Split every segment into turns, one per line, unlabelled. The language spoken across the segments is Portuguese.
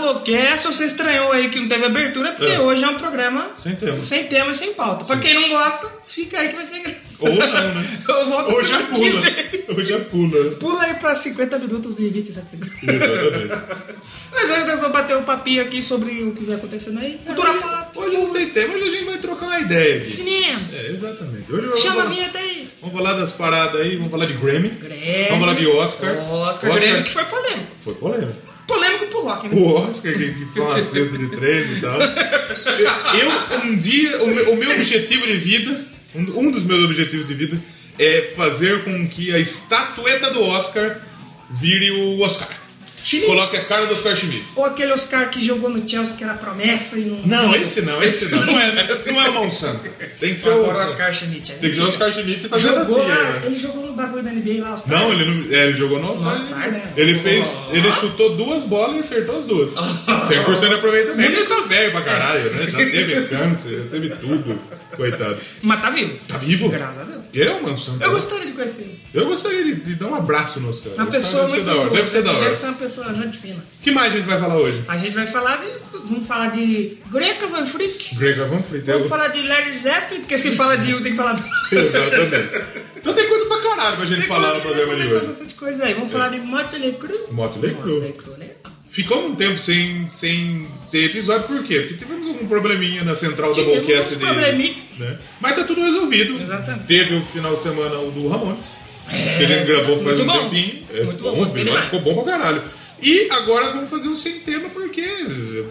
qualquer, se um você estranhou aí que não teve abertura, é porque
É.
hoje é um programa
Sem tema.
sem tema e sem pauta. Pra quem não gosta, fica aí que vai ser engraçado.
Ou não, né?
Eu volto
Ou já
semana que
pula.
vem.
Ou já pula.
Pula aí pra 50 minutos e 27 segundos.
Exatamente.
Mas hoje nós vamos bater um papinho aqui sobre o que vai acontecendo aí. Cultura pop,
Hoje não tem tema, hoje a gente vai trocar uma ideia. aqui.
cinema.
É, exatamente. Hoje vamos,
Chama a
falar,
vinheta aí.
vamos falar das paradas aí, vamos falar de Grammy.
Grêmio.
Vamos falar de Oscar.
Oscar,
Oscar.
Grêmio, que foi polêmico.
Foi polêmico.
Polêmico pro rock, né?
O Oscar que, que foi uma cesta de três e tal. Eu, um dia, o meu, o meu objetivo de vida, um, um dos meus objetivos de vida, é fazer com que a estatueta do Oscar vire o Oscar.
Chile.
Coloque a cara do Oscar Schmidt.
Ou aquele Oscar que jogou no Chelsea que era promessa e não.
Não, esse não, esse não. Não é, não é o Monsanto. Tem que assim. ser o,
Agora o Oscar Schmidt. é
tem que ser o Oscar Schmidt e fazer assim.
Jogou lá,
é.
ele jogou no bagulho da NBA lá, os
Não,
caras.
ele, não, é, ele jogou no All-Star.
All-Star, né?
Ele fez.
Ó.
Ele chutou duas bolas e acertou as duas. 100% de aproveitamento. Ele tá velho pra caralho, né? Já teve câncer, já teve tudo. Coitado.
Mas tá vivo.
Tá vivo?
Graças a Deus.
Ele é um mansão.
Eu gostaria de conhecer ele.
Eu gostaria de, de dar um abraço no Oscar.
Uma
Oscar
pessoa
deve ser
muito
da hora.
boa.
Deve ser da hora.
Deve ser uma pessoa gente fina.
O que mais a gente vai falar hoje?
A gente vai falar de. Vamos falar de Greca Van Freak.
Grega Van Fleet. é
Vamos
Eu...
falar de Larry Zeppelin, porque se fala de um tem que falar do.
Exatamente. Então tem coisa pra caralho pra gente falar no programa de
Tem
hoje.
bastante coisa aí. Vamos falar de Motley Crue.
Motley Crue.
Crue, né?
Ficou um tempo sem, sem ter episódio, por quê? Porque tivemos algum probleminha na central da
Tivemos
Bolcast
uns
assim de.
probleminha.
né? Mas tá tudo resolvido.
Exatamente.
Teve o final de semana o do Ramones, que a gente gravou faz
muito
um
bom.
tempinho. É
Muito bom,
bom, o
gostei
episódio
demais.
ficou bom pra caralho. E agora vamos fazer um sem tema, porque.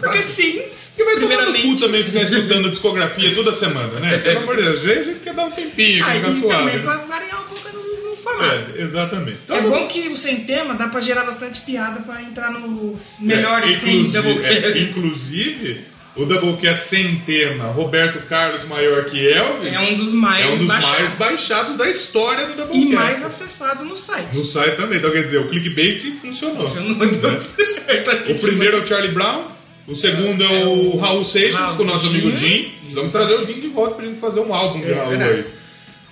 Porque sim.
Porque vai tomar no cu
Primeiramente.
também ficar escutando discografia toda semana, né? Pelo amor de Deus, a gente quer dar um tempinho,
Ah,
ficar
e
suave.
também
né?
pra variar um pouco no no formato.
É, exatamente. Então,
É
vamos-
bom que o sem tema dá pra gerar bastante piada pra entrar nos melhores
É,
sem
inclusive, é,
Doublecast.
inclusive, o Doublecast sem tema, Roberto Carlos maior que Elvis,
É um dos mais
é um dos
baixados.
mais baixados da história do
E
Doublecast.
mais assim. acessados no site.
No site também, então quer dizer, o clickbait funcionou.
Isso não deu certo.
O primeiro é o Charlie Brown, o segundo é o Raul Seixas,
Raul
com o nosso amigo
Seixas.
Jim. Vamos trazer o Jim de volta pra gente fazer um álbum de
É,
Raul
verdade.
aí.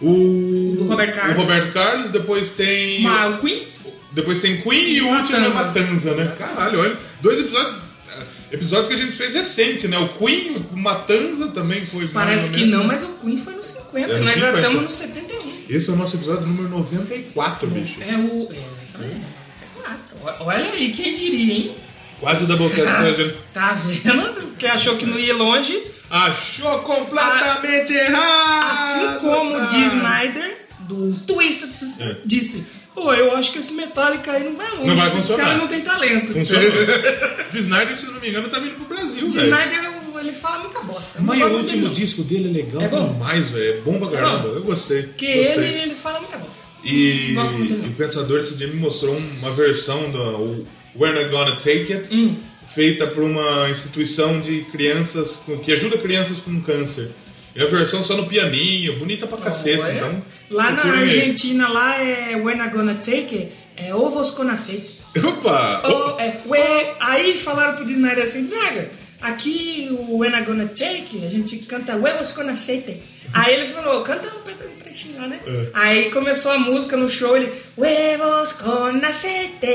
O,
Do Roberto Carlos.
o Roberto Carlos, depois tem.
Mas o Queen
Depois tem Queen e o último é
Matanza.
Matanza, né? Caralho, olha. Dois episódios. eh, Episódios que a gente fez recente, né? O Queen, o Matanza também foi. mais
parece
ou
que
menos. né?
não, mas o Queen foi no 50.
É, no
Nós já
50.
estamos no 71.
Esse é o nosso episódio número 94, bicho.
É o. É, é, olha aí, quem diria, hein?
Quase o Doublecast Surgeon.
Tá vendo? Porque achou que não ia longe.
Achou completamente errado!
Ah,
Ah.
Assim como o
cara.
Dee Snyder, do Twisted Sister,
É.
disse: Pô, eu acho que esse Metallica aí não vai longe.
Não vai
Esses
funcionar.
caras não tem talento. Então,
Funcionou. Dee Snyder, se eu não me engano, tá vindo pro Brasil,
O Dee
velho.
Snyder, é eu- ele fala muita bosta.
Mas
Não
o
gosto dele,
último
não.
disco dele é legal
É bom?
demais, velho. É bom pra caramba. Eu gostei.
Porque
gostei.
ele, ele fala muita bosta.
E,
Gosto muito dele.
e o Pensador esse dia me mostrou uma versão do We're Not Gonna Take It,
Hum.
feita por uma instituição de crianças com- que ajuda crianças com câncer. É a versão só no pianinho, bonita pra cacete.
Ué.
Então,
é." Lá na
procurem aí.
Argentina, lá é When I Gonna Take It, é ou vos conacete.
Opa!
Ou, é, ué, aí falaram pro Disney assim, velho, aqui o When I Gonna Take, a gente canta Huevos con aceite. Aí ele falou, canta um pe- um trechinho lá, né?
É.
Aí começou a música no show, ele, Huevos con aceite.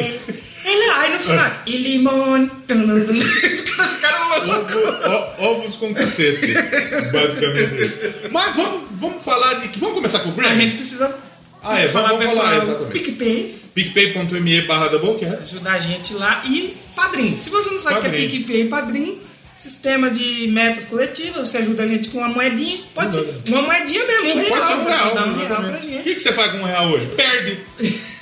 Ele, aí no final,
É.
e limão. Tum, tum, tum. Os caras ficaram loucos.
Ovo- o- ovos com cacete, basicamente. Mas vamos, vamos falar de. Vamos começar com o
A
Grammy?
gente precisa
Ah, é,
falar
vamos, vamos falar,
pessoal,
exatamente.
PicPay.
PicPay.me barra é Doublecast.
ajudar a gente lá e padrinho. Se você não sabe o que é
Padrinho.
PicPay e padrinho, sistema de metas coletivas, você ajuda a gente com uma moedinha, pode ser
Exatamente.
uma moedinha mesmo, um real,
Pode ser um
você
real.
dá um real pra
exatamente. O
gente.
que, que você faz com um real hoje? Perde!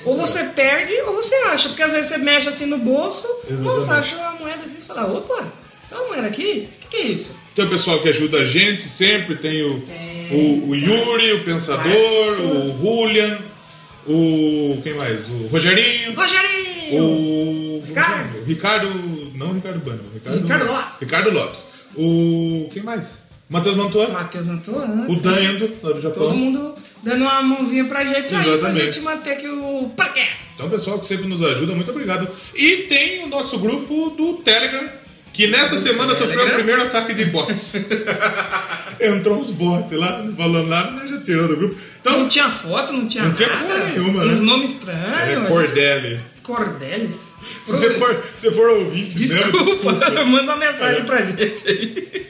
Ou você perde ou você acha, porque às vezes você mexe assim no bolso, ou
Exatamente.
você acha uma moeda assim e fala, opa, tem uma moeda aqui? O que, que é isso?
Tem o pessoal que ajuda a gente sempre, tem o,
Tem.
o, o Yuri, o Pensador,
Marcos.
o Julian, o. quem mais? O Rogerinho,
Rogerinho!
o.
Ricardo.
o Ricardo. Não o Ricardo Bano, o Ricardo,
Ricardo Lopes.
Ricardo Lopes. O. quem mais? O Matheus Mantuan,
Matheus Antônio. né?
o Danhando, lá do Japão.
Todo mundo dando uma mãozinha pra gente aí, pra
Exatamente.
gente manter aqui o podcast.
Então, pessoal que sempre nos ajuda, muito obrigado. E tem o nosso grupo do Telegram, que nessa semana sofreu o
Telegram?
primeiro ataque de bots. Entrou uns bots lá, não falando nada, mas já tirou do grupo. Então,
Não tinha foto, não tinha
Não
nada.
tinha porra nenhuma,
Uns
né?
nomes estranhos.
é Cordelli.
Cordelis.
Se você for, se for ouvinte,
Desculpa,
mesmo, desculpa. É.
manda uma mensagem pra gente aí.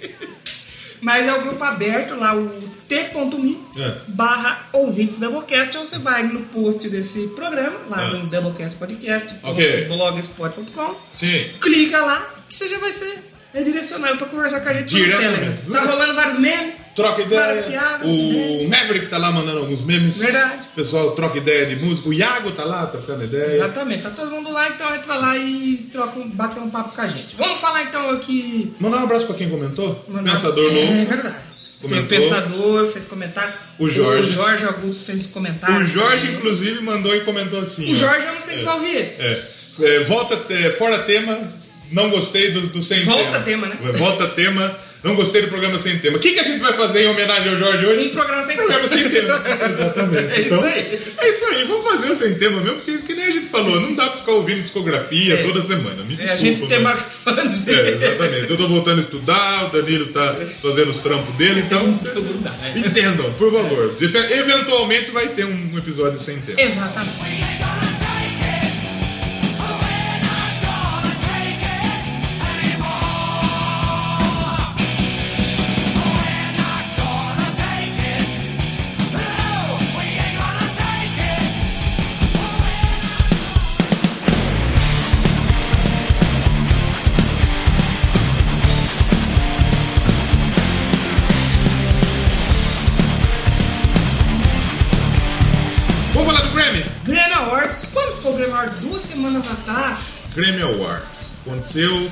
Mas é o grupo aberto lá, o t.me
É.
barra ouvintes Doublecast, ou você vai no post desse programa, lá no Doublecast Podcast,
É. Ok.
blogspot.com,
Sim.
clica lá, que você já vai ser redirecionado pra conversar com a gente no Telegram.
Diretamente.
Tá rolando vários memes,
Troca ideia.
Várias piadas, né?
o Maverick tá lá mandando alguns memes.
Verdade.
O pessoal troca ideia de música. O Iago tá lá trocando ideia.
Exatamente, tá todo mundo lá, então entra lá e troca, um- bate um papo com a gente. Vamos falar então aqui.
Mandar um abraço pra quem comentou.
mandar-
Pensador
É
novo.
verdade. Tem o
Comentou.
Pensador, fez comentário.
O Jorge.
O Jorge Augusto fez comentário.
O Jorge, inclusive, mandou e comentou assim.
O
ó.
Jorge, eu não sei se
É.
vai ouvir esse.
É. É, volta, é, fora tema, não gostei do, do sem
Volta tema,
tema.
né?
É, Volta tema, não gostei do programa sem tema. O que, que a gente vai fazer em homenagem ao Jorge hoje?
Um programa sem
programa sem tema. Exatamente.
É isso
Então,
aí.
É isso aí, vamos fazer o sem tema mesmo, porque que nem a gente falou, não dá pra ficar ouvindo discografia
É.
toda semana. Me
É, a
desculpa,
gente tem
mas-
mais o que
É,
fazer.
exatamente. Eu tô voltando a estudar, o Danilo tá fazendo os trampos dele, então.
Tudo dá, né?
Entendam, por favor. Efe- Eventualmente vai ter um episódio sem tema.
Exatamente.
Vamos falar do Grammy?
Grammy Awards, quando foi o Grammy Awards? Duas semanas atrás.
Grammy Awards. Aconteceu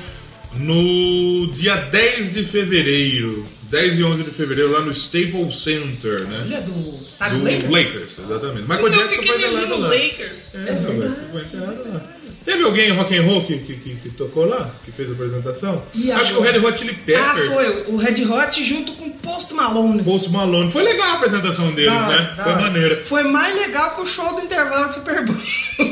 no dia 10 de fevereiro. 10 e 11 de fevereiro, lá no Staples Center, né?
Ele é do estádio
Do
Lakers.
Lakers,
Não,
exatamente. Michael Jackson foi velado
pequenininho
lá.
Lakers.
É, velho, foi velado lá. Teve alguém em rock and roll que, que, que- que tocou lá, que fez a apresentação?
E
Acho que o
agora?
Red Hot Chili
Ah,
Peppers,
foi. O Red Hot junto com o Post Malone.
Post Malone. Foi legal a apresentação deles,
Da-
né?
da-
Foi maneira.
Foi mais legal que o show do intervalo do Super Bowl.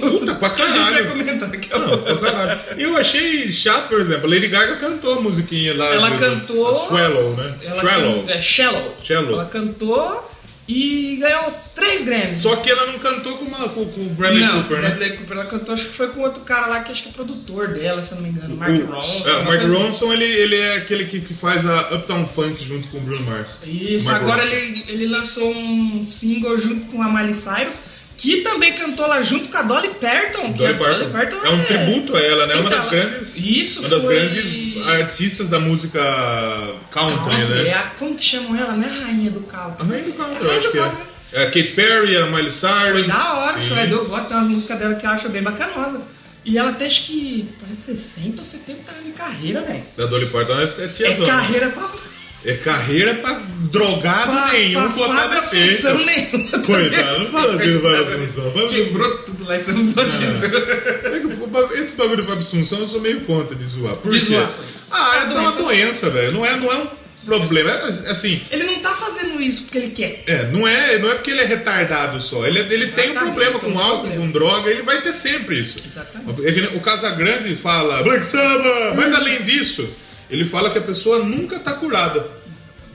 Puta, pra
Que a gente vai
caralho.
comentar daqui a
Não,
pouco.
foi caralho. Eu achei chato, por exemplo, a Lady Gaga cantou a musiquinha lá.
Ela
do- do-
cantou-
a Swallow, né?
Ela
Swallow.
can- é, Shallow.
Shallow.
Ela cantou e ganhou três Grammys.
Só que ela não cantou com, uma, com, com o Bradley
não,
Cooper, né?
Bradley Cooper, ela cantou, acho que foi com outro cara lá que acho que é produtor dela, se eu não me engano, Mark Ronson.
É, o
uma
Mark
coisa assim.
Ronson, ele, ele é aquele que, que faz a Uptown Funk junto com o Bruno Mars.
assim. Isso,
Mark
agora
Ronson.
ele, ele lançou um single junto com a Miley Cyrus, que também cantou lá junto com a Dolly Parton. que
Dolly
a
Parton. É um tributo a ela, né? Uma
Então,
das grandes...
Isso,
Uma das
foi-
grandes artistas da música country,
Country,
né?
é a- como que chamam ela? Não é a rainha do country.
A Rainha do Country,
É a
eu
rainha
acho
do
que é.
country.
É a Katy Perry, a Miley Cyrus.
Da hora, o
Sim.
show é do gosto, tem umas músicas dela que eu acho bem bacanosa. E ela tem acho que parece 60 ou 70 anos de carreira, velho.
Da Dolly Parton é, é
É
tiazona.
carreira pra,
É carreira pra drogado
pra, pra
nenhum botar
Fábio
na
Assunção Tipo-
frente.
nenhuma. tá
Coitado, não fala assim do Fábio Assunção. Fábio-
Quebrou tudo lá em São Batista.
É que o ba- Esse bagulho do Fábio Assunção eu sou meio contra de zoar. Por
De
quê?
zoar.
Ah, é
É
uma
doença.
doença, velho. Não é, não é um problema. É, assim,
Ele não tá fazendo isso porque ele quer.
é, não é, não é porque ele é retardado só. Ele, ele tem um
Exatamente, tem
problema com
um
álcool,
problema.
com droga, ele vai ter sempre isso.
Exatamente. Uhum.
É que nem O Casagrande fala Black Samba, mas além disso, ele fala que a pessoa nunca tá curada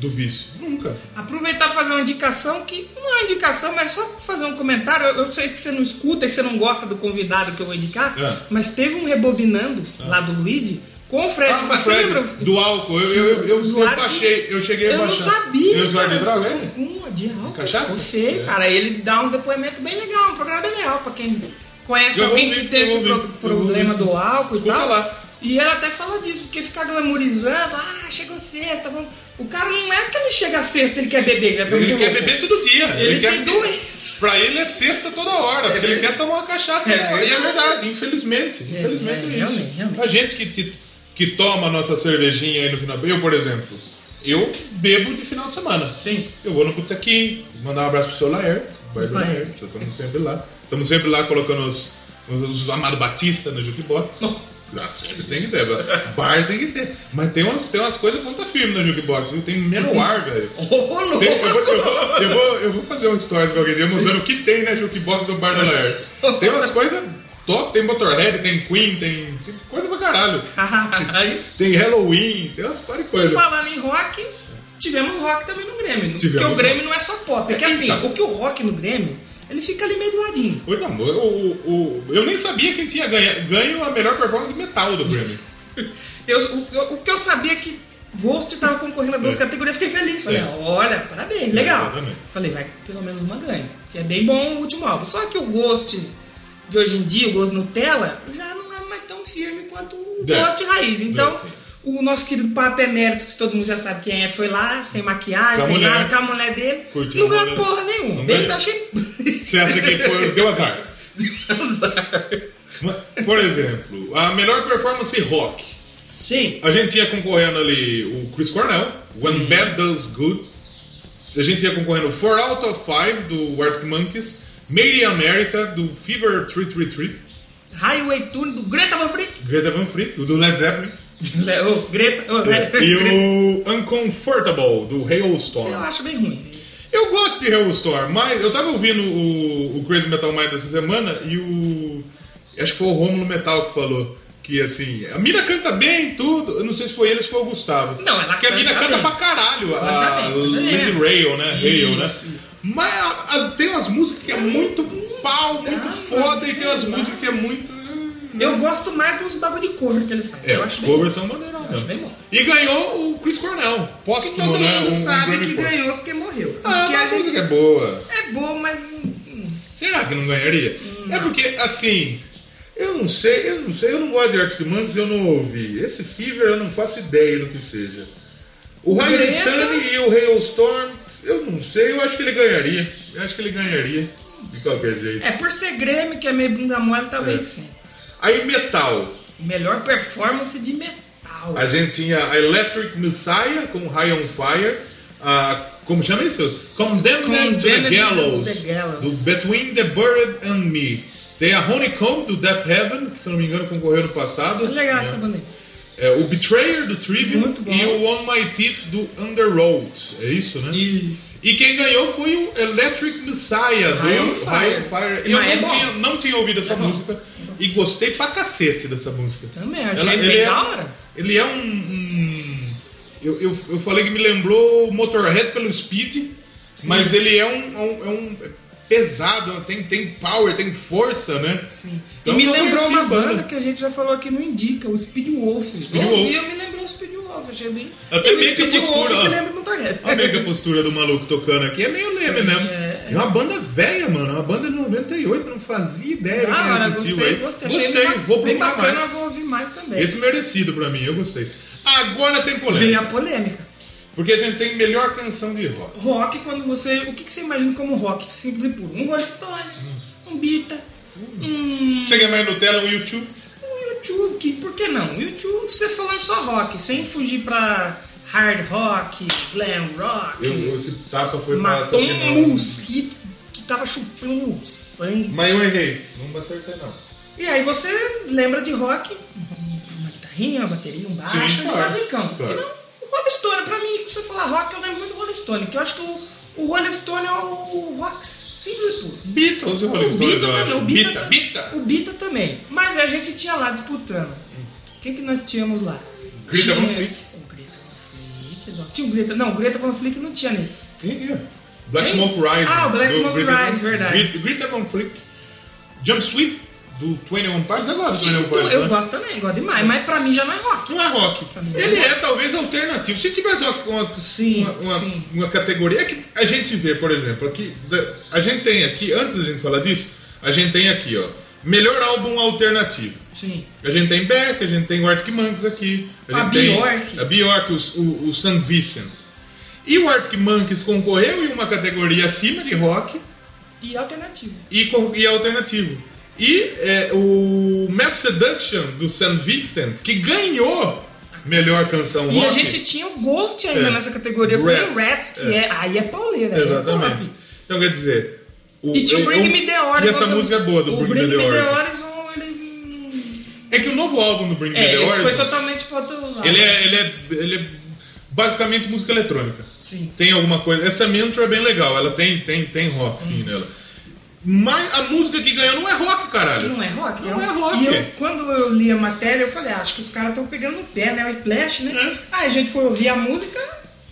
do vício. Nunca.
Aproveitar e fazer uma indicação que não é uma indicação, mas só pra fazer um comentário. Eu, eu sei que você não escuta e você não gosta do convidado que eu vou indicar,
É.
mas teve um rebobinando lá do Luigi com o Fred.
Ah,
Você
Fred,
É, lembra?
Do álcool, eu, eu, eu, eu, eu
Usuário-
baixei, eu cheguei a
Eu
baixar.
não sabia.
Eu usuário de
cara.
droga, é?
Uma de álcool.
Cachaça?
Ficou feio,
É.
cara. Ele dá um depoimento bem legal, um programa bem legal pra quem conhece
Eu vou
alguém
ouvir,
que tem
eu
esse
vou ouvir,
pro-
eu vou
problema
ouvir.
do álcool
Escuta
e tal.
lá.
E ela até fala disso, porque ficar glamorizando, ah, chegou sexta, vamos. O cara não é que ele chega sexta, ele quer beber, ele, vai pra
Ele
muito
quer
louco.
beber todo dia.
Ele,
quer...
tem doença.
Pra ele é sexta toda hora, porque ele quer tomar uma cachaça.
É
toda hora. E é
verdade.
verdade, infelizmente. Infelizmente é,
é,
isso.
realmente, realmente.
A gente que, que, que toma a nossa cervejinha aí no final. Eu, por exemplo, eu bebo de final de semana.
Sim.
Eu vou no Botequim, mandar um abraço pro seu Laerte, vai do
Laerte.
Laerte, já estamos sempre lá. Estamos sempre lá colocando os, os, os Amado Batista no jukebox.
Nossa.
Já sempre tem que ter, bar tem que ter. Mas tem umas, tem umas coisas ponta firme no jukebox, viu? Tem menor, velho.
Uhum. Ô, louco.
Tem- eu, vou, eu vou- eu vou- eu vou fazer um stories qualquer dia mostrando o que tem na jukebox do Bar da Laerte. Tem umas coisas top, tem Motorhead, tem Queen, tem, tem coisa pra caralho.
Aí,
Tem Halloween, tem umas par de coisas.
Falando em rock, tivemos rock também no Grêmio. porque
Tivemos
o Grêmio não é só pop. É que assim,
Então.
o que o rock no Grêmio Ele fica ali meio do ladinho.
Oi, não, o, o- o- eu nem sabia quem tinha ganha- ganho a melhor performance metal do Grammy.
Eu, o, eu- o que eu sabia é que Ghost tava concorrendo a duas
É.
categorias, fiquei feliz. Falei,
É.
olha, parabéns, legal.
exatamente.
Falei, vai pelo menos uma ganha. Que é bem bom o último álbum. Só que o Ghost de hoje em dia, o Ghost Nutella, já não é mais tão firme quanto o
É.
Ghost Raiz. Então,
É, sim.
o nosso querido Pato Emeritus, que todo mundo já sabe quem é, foi lá, sem maquiagem,
Com a
sem
mulher.
nada, com a mulher dele.
Curtiu
não
a
ganhou
mulher.
porra nenhuma.
Não
bem,
ganhou.
tá cheio.
Você acha que foi, deu azar?
Azar.
Por exemplo, a melhor performance rock.
Sim.
A gente ia concorrendo ali o Chris Cornell, When Bad Does Good. A gente ia concorrendo Four Out of Five do Arctic Monkeys, Made in America do Fever 333,
Highway Tune do Greta Van Fleet.
Greta Van Fleet, do Led Zeppelin,
Ô, Greta. ô,
e
Greta.
o Uncomfortable do
Eu
Hailstorm.
acho bem ruim.
Eu gosto de Hailstorm, mas eu tava ouvindo o, o Crazy Metal Mind essa semana e o. Acho que foi o Romulo Metal que falou que assim. A mina canta bem tudo. Eu não sei se foi ele ou se foi o Gustavo.
Não, ela
Porque a mina
canta
canta
bem.
pra caralho.
Canta
A
bem, mas é.
Lady Rail, né? Rail, né?
Isso,
Mas a- as- tem umas músicas que é muito pau, muito
Ah, né?
foda, e
sei
tem umas
lá.
músicas que é muito.
Eu gosto mais dos bagulho de cover que ele faz.
É,
eu
os
acho bem.
covers são maneirão
Eu acho
mesmo.
bem bom.
E ganhou o Chris Cornell.
Que
Póstumo,
todo
né?
mundo
Um- um
sabe
Grammy
que
Póstumo.
ganhou porque morreu.
Ah,
porque
mas a música é boa.
é boa, mas. hum,
Será que não ganharia? É porque, assim, eu não sei, eu não sei, eu não gosto de Arctic Monkeys, eu não ouvi. Esse Fever eu não faço ideia do que seja. O
O
Ryan
Greta-
Tune e o Hailstorm, eu não sei, eu acho que ele ganharia. Eu acho que ele ganharia, de qualquer jeito.
É por ser Grêmio, que é meio bunda mole, talvez
É.
sim.
Aí metal.
Melhor performance de metal.
A gente tinha a Electric Messiah com High on Fire. A, como chama isso? Condemned, to the
Condemned
Gallows.
to the Gallows.
Do Between the Buried and Me. Tem a Honeycomb do Death Heaven, que se eu não me engano concorreu no passado.
Legal
né?
essa banda aí.
É, o Betrayer do Trivium
Muito bom.
e o On My Teeth do Underworld. É isso, né?
E
E quem ganhou foi o Electric Messiah do
High
High
on
on
Fire.
Fire. E eu
Mas é
não,
bom.
tinha, não tinha ouvido essa
É bom.
música e gostei pra cacete dessa música.
também, achei
Ela- ele
bem
é-
da hora.
Ele é um. um- eu, eu, eu falei que me lembrou o Motorhead pelo Speed, mas ele é um, é um- é um- é pesado, tem, tem power, tem força, né?
Sim.
Então
e me
eu
lembrou
conheci
uma
a banda.
banda que a gente já falou aqui no Indica, o Speed Wolf. Speed
Wolf.
E eu me lembrou o Speed Wolf, achei bem.
Até Ah,
E o
meio que
Speed Wolf
postura,
que
ó.
lembra o Motorhead.
Olha que a postura do maluco tocando aqui é meio leme
Sim,
mesmo.
é.
É uma banda velha, mano. é Uma banda de 98, não fazia ideia de quem
Ah, mas
assistiu
gostei,
aí.
gostei.
Gostei,
Achei
vou
bem
procurar
bacana,
mais.
vou ouvir mais também.
Esse merecido pra mim, eu gostei. Agora tem
Vem
polêmica.
a polêmica.
Porque a gente tem melhor canção de rock.
Rock, quando você. O que, que você imagina como rock? Simples e puro. Um Rolling Stones, um Bita, um.
Você quer mais Nutella, um YouTube?
Um YouTube, que, por que não? YouTube você falando só rock, sem fugir pra hard rock, glam rock.
Eu, esse tapa foi pra
matou
assassinar
um mosquito que tava chupando sangue.
Mas eu errei. Não acertei, não.
E aí você lembra de rock, uma guitarrinha, uma bateria, um baixo,
Sim,
um
claro,
basicão. Porque
claro.
não, o Rolling Stone, pra mim, quando você falar rock, eu lembro muito do Rolling Stone, que eu acho que o, o Rolling Stone é o rock simples e puro.
Beatles e Rolling
O
Stones,
Bita
eu
também,
acho.
o Bita,
Bita,
tam-
Bita.
o Bita também. Mas a gente tinha lá disputando. O que, que nós tínhamos lá?
Greta
Tinha
Van Fleet.
O Greta Van Fleet. não. Tinha o Greta. Não, o Greta Van Fleet não tinha nesse.
Quem é? Black
Quem?
Smoke Rising.
Ah, o Black
do
Smoke
Greta-
Rising, verdade.
Greta- Greta Van Fleet. é Jump Sweet, do 21 Pilots. Eu gosto do 21
Eu,
Pilots, né?
gosto também, gosto demais. Mas pra mim já não é rock.
Não é rock.
Pra mim não é
Ele é talvez alternativo. Se tivesse uma, uma,
Sim,
uma, uma-
sim.
uma categoria é que a gente vê, por exemplo, aqui da- a gente tem aqui, antes da gente falar disso, a gente tem aqui, ó, melhor álbum alternativo.
Sim.
A gente tem Beck, a gente tem o Arctic Monkeys aqui,
A
gente tem
Bjork.
a Bjork, o, o, o St. Vincent. E o Arctic Monkeys concorreu em uma categoria acima de rock
E alternativo.
e, co- e alternativo. E é, o Mass Seduction do St. Vincent, que ganhou melhor canção rock.
E a gente tinha o Ghost ainda
É.
nessa categoria, porque
Rats.
o Rats, que é.
É.
aí é pauleira. É
Exatamente.
rock.
Então quer dizer. o-
e tinha o
eu-
Bring
eu-
Me The Horizon.
E essa música é boa do
o
Bring Me The Horizon.
Horizon, ele...
É que o novo álbum do Bring Me
É,
The
isso foi
Horizon.
totalmente pro outro lado.
Ele é, ele, é, ele é basicamente música eletrônica.
Sim.
Tem alguma coisa. Essa Mentor é bem legal, ela tem, tem, tem rock sim nela. Mas a música que ganhou não é rock,
Que
caralho.
Não é rock?
Não
um-
é rock.
E eu, quando eu li a matéria, eu falei, ah, acho que os caras estão pegando no pé, né? O Flash, né?
É.
Aí a gente foi ouvir a música.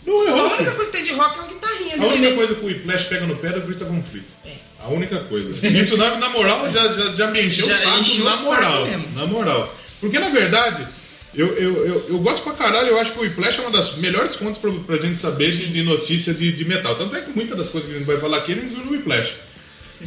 Não é
A
rock.
única coisa que tem de rock é o guitarrista barrinha
A
de
única
remédio.
coisa que o Whiplash pega no pé é do Crystal Conflito.
É.
A única coisa. Isso, na, na moral, já, já, já me encheu
Já
o saco,
encheu
na
o saco
moral.
mesmo.
na moral. Porque, na verdade, eu, eu, eu, eu gosto pra caralho. Eu acho que o Whiplash é uma das melhores fontes pra, pra gente saber de, de notícia de, de metal. Tanto é que muitas das coisas que a gente vai falar aqui, eles usam o Whiplash.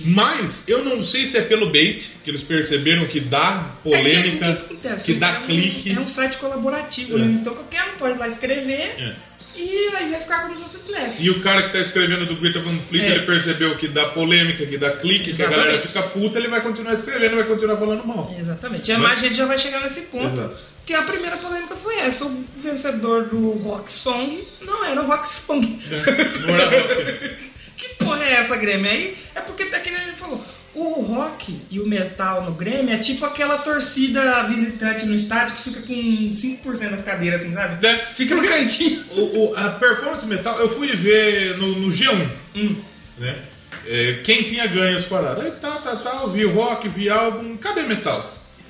Mas eu não sei se é pelo bait, que eles perceberam que
É
dá
que-
polêmica,
o que, que acontece?
que dá
é um,
clique.
É um site colaborativo,
É.
né? Então qualquer um pode lá escrever
É.
e aí vai ficar como se fosse flash.
E o cara que tá escrevendo do Greta Van Fleet,
É.
ele percebeu que dá polêmica, que dá clique, que a galera
Exatamente.
fica puta, ele vai continuar escrevendo, vai continuar falando mal.
Exatamente. E
Mas-
mais gente já vai chegar nesse ponto.
Exato.
Que a primeira polêmica foi essa. O vencedor do Rock Song não era o Rock Song.
É, Não era rock.
Que porra é essa, Grêmio? Aí é porque até que nem ele falou. O rock e o metal no Grêmio é tipo aquela torcida visitante no estádio que fica com 5% das cadeiras, assim, sabe?
Né?
Fica no cantinho.
O- o- a performance metal, eu fui ver no, no G1,
Hum.
né? É, quem tinha ganho as paradas. Aí tá, tá, tá, vi rock, vi álbum, cadê metal?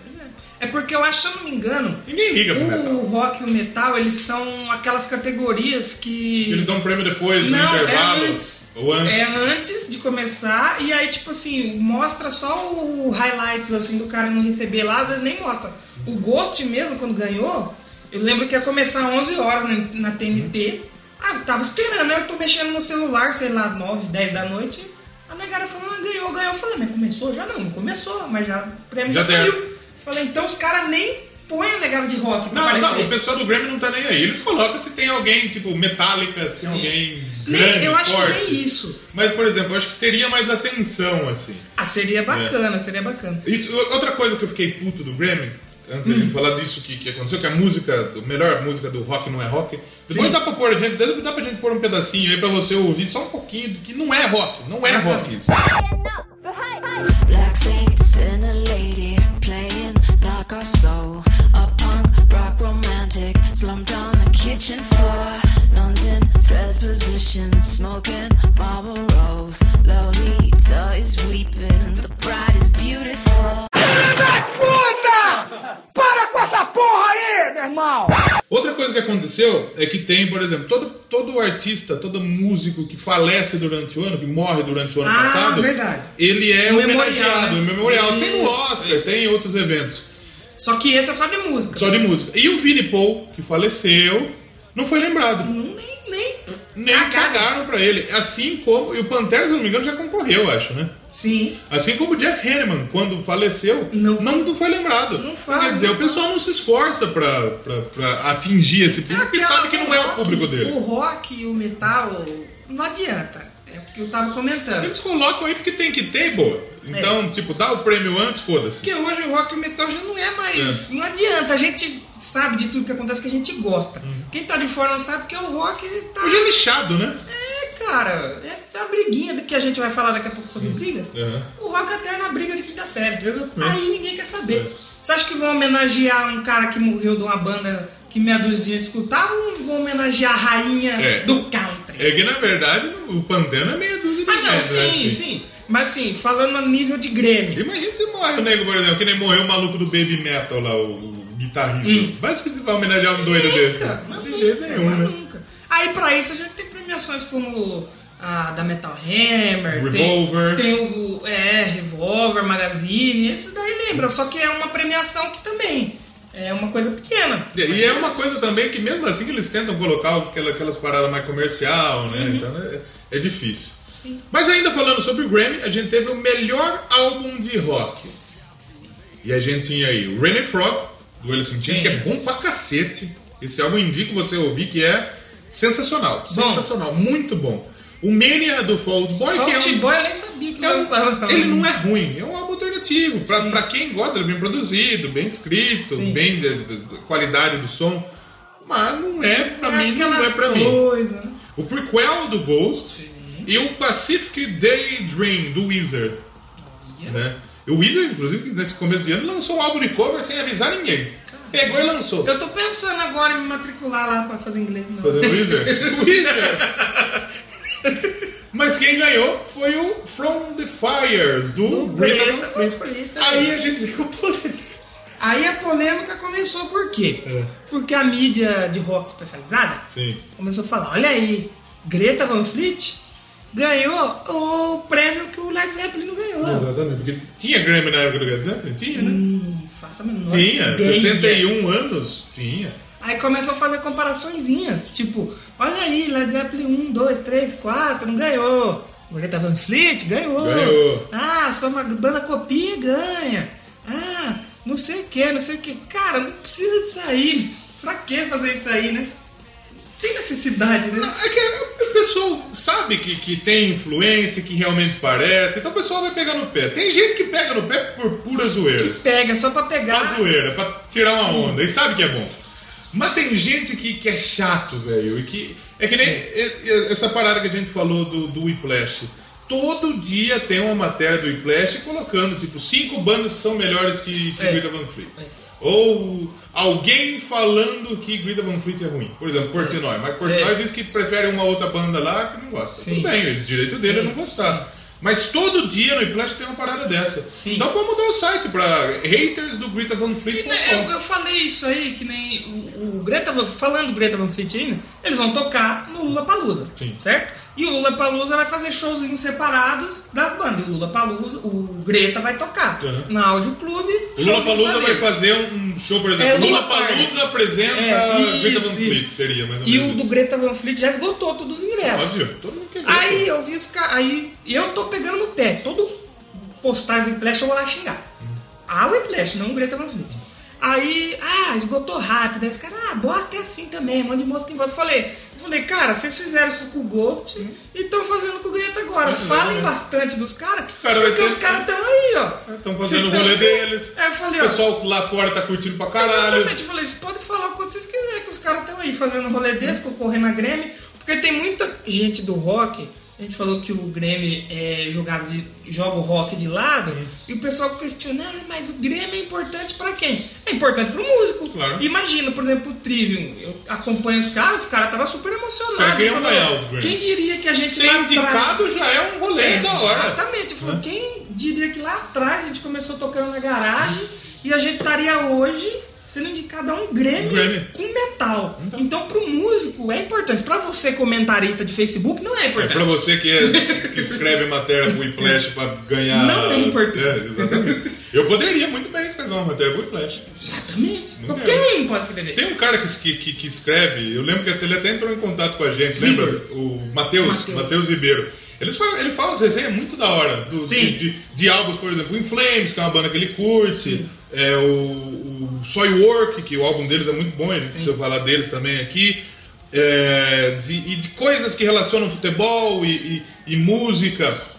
Pois é. É porque eu acho, se eu não me engano,
Ninguém liga pro metal.
o rock e o metal, eles são aquelas categorias que.
Eles dão um prêmio depois, no
Não,
intervalo,
é antes.
ou antes.
É antes de começar, e aí, tipo assim, mostra só o highlights assim do cara não receber lá, às vezes nem mostra. O Ghost mesmo, quando ganhou, eu lembro que ia começar 11 horas na, na TNT.
Uhum.
Ah, eu tava esperando, aí eu tô mexendo no celular, sei lá, 9, 10 da noite. A negada falando, ah, ganhou, ganhou. Eu falei, mas começou? Já não, não começou, mas já o prêmio já,
Já deram.
saiu. Falei, então os caras nem põem a negada de rock pra
Não, não,
aparecer.
o pessoal do Grammy não tá nem aí. Eles colocam se tem alguém, tipo, Metallica, se tem alguém
Nem-
grande,
eu acho
forte.
que nem isso.
Mas, por exemplo, eu acho que teria mais atenção, assim.
Ah, seria bacana, seria bacana.
Isso, o- outra coisa que eu fiquei puto do Grammy, antes
Hum.
de falar disso que, que aconteceu, que a música, do melhor música do rock não é rock. Depois
Sim.
dá pra, pôr, a gente, dá pra gente pôr um pedacinho aí pra você ouvir só um pouquinho de que não é rock, não é
Ah, tá.
rock isso.
Black saints and a lady playing knock off soul. A punk rock romantic slumped on the kitchen floor. Nuns in stress positions smoking Marlboros. Lolita is weeping. The bride is beautiful.
Outra coisa que aconteceu é que tem, por exemplo, todo, todo artista, todo músico que falece durante o ano, que morre durante o ano
Ah,
passado,
verdade.
ele é
O memorial,
homenageado,
né?
o memorial. Tem no
Isso.
Oscar, tem em outros eventos.
Só que esse é só de música.
Só de música. E o Vini Paul, que faleceu, não foi lembrado.
Nem, nem.
Nem
Cagaram.
cagaram pra ele. Assim como. E o Pantera, se eu não me engano, já concorreu, eu acho, né?
Sim.
Assim como o Jeff Hanneman, quando faleceu,
Não.
não, foi lembrado.
Não faz,
Quer dizer,
não
o pessoal não se esforça pra, pra, pra atingir esse público, porque sabe que não é o
rock,
público dele.
O rock e o metal não adianta. É o que eu tava comentando.
Eles colocam aí porque tem que ter, boa.
É.
Então, tipo, dá o prêmio antes, foda-se.
Porque hoje o rock e o metal já não é mais. Não adianta. A gente sabe de tudo que acontece que a gente gosta. Quem tá de fora não sabe que o rock tá.
Hoje é lixado, né?
É, cara. É a briguinha do que a gente vai falar daqui a pouco sobre brigas.
Uhum.
O rock é a eterna briga de quinta série.
Exatamente.
Aí ninguém quer saber.
É.
Você acha que vão homenagear um cara que morreu de uma banda que meia dúzia de escutar ou vão homenagear a rainha
É.
do country?
É que, na verdade, o Pantera é meia dúzia de
Ah, não,
merda,
sim,
assim.
sim. Mas sim, falando a nível de Grêmio.
Imagina se morre o nego, por exemplo, que nem morreu o maluco do Baby Metal lá, o, o guitarrista.
Hum.
Vai que você vai homenagear um doido desse.
mas
de jeito
nunca,
nenhum,
mas
né?
nunca. Aí pra isso a gente tem premiações como a da Metal Hammer,
Revolver.
Tem, tem o é, Revolver Magazine, esses daí lembram, só que é uma premiação que também é uma coisa pequena.
E- E é uma coisa também que mesmo assim que eles tentam colocar aquela- aquelas paradas mais comercial, né? Então é, é difícil.
Uhum. Sim.
Mas ainda falando sobre o Grammy, a gente teve o melhor álbum de rock. E a gente tinha aí o Rainy Frog, do Alice in Chains,
Sim.
que é bom pra cacete. Esse álbum indico você ouvir que é sensacional. Sensacional, muito bom. O Mania do Fall Out Boy,
Só
que é
o
um-
T-Boy eu nem sabia que
é um-
gostava também.
ele não é ruim, é um álbum alternativo. Pra, pra quem gosta, ele é bem produzido, bem escrito,
Sim.
bem de- de- de- qualidade do som. Mas não é, pra mim, não é
Aquelas
pra mim.
coisas, né?
O prequel do Ghost e o Pacific Daydream do Wizard. Né? O Wizard, inclusive, nesse começo de ano, lançou um álbum de cover sem avisar ninguém. Pegou e lançou.
Eu tô pensando agora em me matricular lá pra fazer inglês. Não.
Fazendo Wizard? Wizard! Mas quem ganhou foi o From the Fires, do,
Do
Greta
Greta
Van
Van
Fleet.
Fleet.
Aí a gente viu o polêmica.
Aí a polêmica começou por quê?
É.
Porque a mídia de rock especializada
Sim.
começou a falar, olha aí, Greta Van Fleet ganhou o prêmio que o Led Zeppelin não ganhou.
Exatamente. Porque tinha Grammy na época do Led Zeppelin? Tinha, né?
Hum, faça a menor
Tinha.
ideia.
61 anos? Tinha.
Aí começam a fazer comparaçõezinhas, tipo, olha aí, Led Zeppelin 1, 2, 3, 4, não ganhou. Greta Van Fleet ganhou.
Ganhou.
Ah, só uma banda copia e ganha. Ah, não sei o que, não sei o que. Cara, não precisa disso aí. Pra que fazer isso aí, né? Tem necessidade, né?
Não, é que o pessoal sabe que, que tem influência, que realmente parece, então o pessoal vai pegar no pé. Tem gente que pega no pé por pura zoeira.
Pega só pra
Pra
pegar.
zoeira, pra tirar uma onda, e sabe que é bom. Mas tem gente que, que é chato, velho, e que. É que nem e- e- essa parada que a gente falou do, do Whiplash. Todo dia tem uma matéria do Whiplash colocando, tipo, cinco bandas que são melhores que, que
É.
Greta Van Fleet.
É.
Ou alguém falando que Greta Van Fleet é ruim. Por exemplo, Portnoy. Mas
É.
Portnoy diz que prefere uma outra banda lá que não gosta.
Sim.
Tudo bem, o direito dele é não gostar. Mas todo dia no Whiplash tem uma parada dessa.
Sim.
Então pode mudar o site pra haters do Greta Van Fleet.
E, né, eu, eu falei isso aí, que nem o, o Greta, Van- falando do Greta Van Fleet ainda, eles vão tocar no Lula Palusa,
Sim.
certo? E o Lula Palusa vai fazer showzinhos separados das bandas. E o Lula Palusa, o Greta vai tocar
Uhum.
na Audio Clube.
Lula Palusa vai
showzinhos
fazer um show, por
É,
exemplo.
Lula
Lula Palusa
Palusa.
apresenta
É,
Greta
isso,
Van Fleet,
isso.
seria mais ou
E o
menos.
do
isso.
Greta Van Fleet já esgotou todos os ingressos.
Óbvio, todo mundo quer ver.
Aí eu vi os caras. Aí eu tô pegando no pé. Todo postagem do Whiplash eu vou lá xingar. Ah, o Whiplash, não o Greta Van Fleet. Aí, ah, esgotou rápido. Aí os caras, ah, bosta é assim também, um monte de música em volta. Eu Falei, eu falei, cara, vocês fizeram isso com o Ghost e estão fazendo com o Greta agora.
Mas,
Falem
né?
bastante dos caras,
cara vai
porque
ter-
os caras estão aí, ó.
Estão
Vocês
fazendo o
tão-
rolê deles.
Aí eu falei,
O
ó.
pessoal lá fora tá curtindo pra caralho.
Exatamente, eu falei, vocês podem falar o quanto vocês quiserem, que os caras estão aí fazendo rolê desse, concorrendo a Grêmio, porque tem muita gente do rock, a gente falou que o Grêmio é jogado de, joga o rock de lado, e o pessoal questiona, ah, mas o Grêmio é importante pra quem? É importante pro músico.
Claro.
Imagina, por exemplo, o Trivium, eu acompanho os caras, os caras estavam super
Os caras
emocionados.
queriam
falando,
ganhar o Grammy.
Quem diria que a gente
Ser
lá atrás-
indicado já é um rolê da hora.
Exatamente. Eu
É.
falo, quem diria que lá atrás a gente começou tocando na garagem e a gente estaria hoje sendo indicado a um Grammy,
Um Grammy.
com metal.
Então.
Então, pro músico é importante. Pra você, comentarista de Facebook, não é
É
importante.
pra você que, é- que escreve matéria pro Whiplash pra ganhar.
Não é importante.
É, exatamente. Eu poderia muito bem escrever uma matéria pro Whiplash.
Exatamente.
Não
Qualquer um pode escrever.
Tem um cara que, que, que- que escreve, eu lembro que ele até entrou em contato com a gente, lembra? O Matheus,
Matheus.
Matheus Ribeiro. Ele fala, ele fala umas resenhas muito da hora do, de,
Sim.
de, de álbuns, por exemplo, o In Flames, que é uma banda que ele curte, é, o, o Soywork, que o álbum deles é muito bom, a gente precisa falar deles também aqui, é, de- e de coisas que relacionam futebol e- e- e música.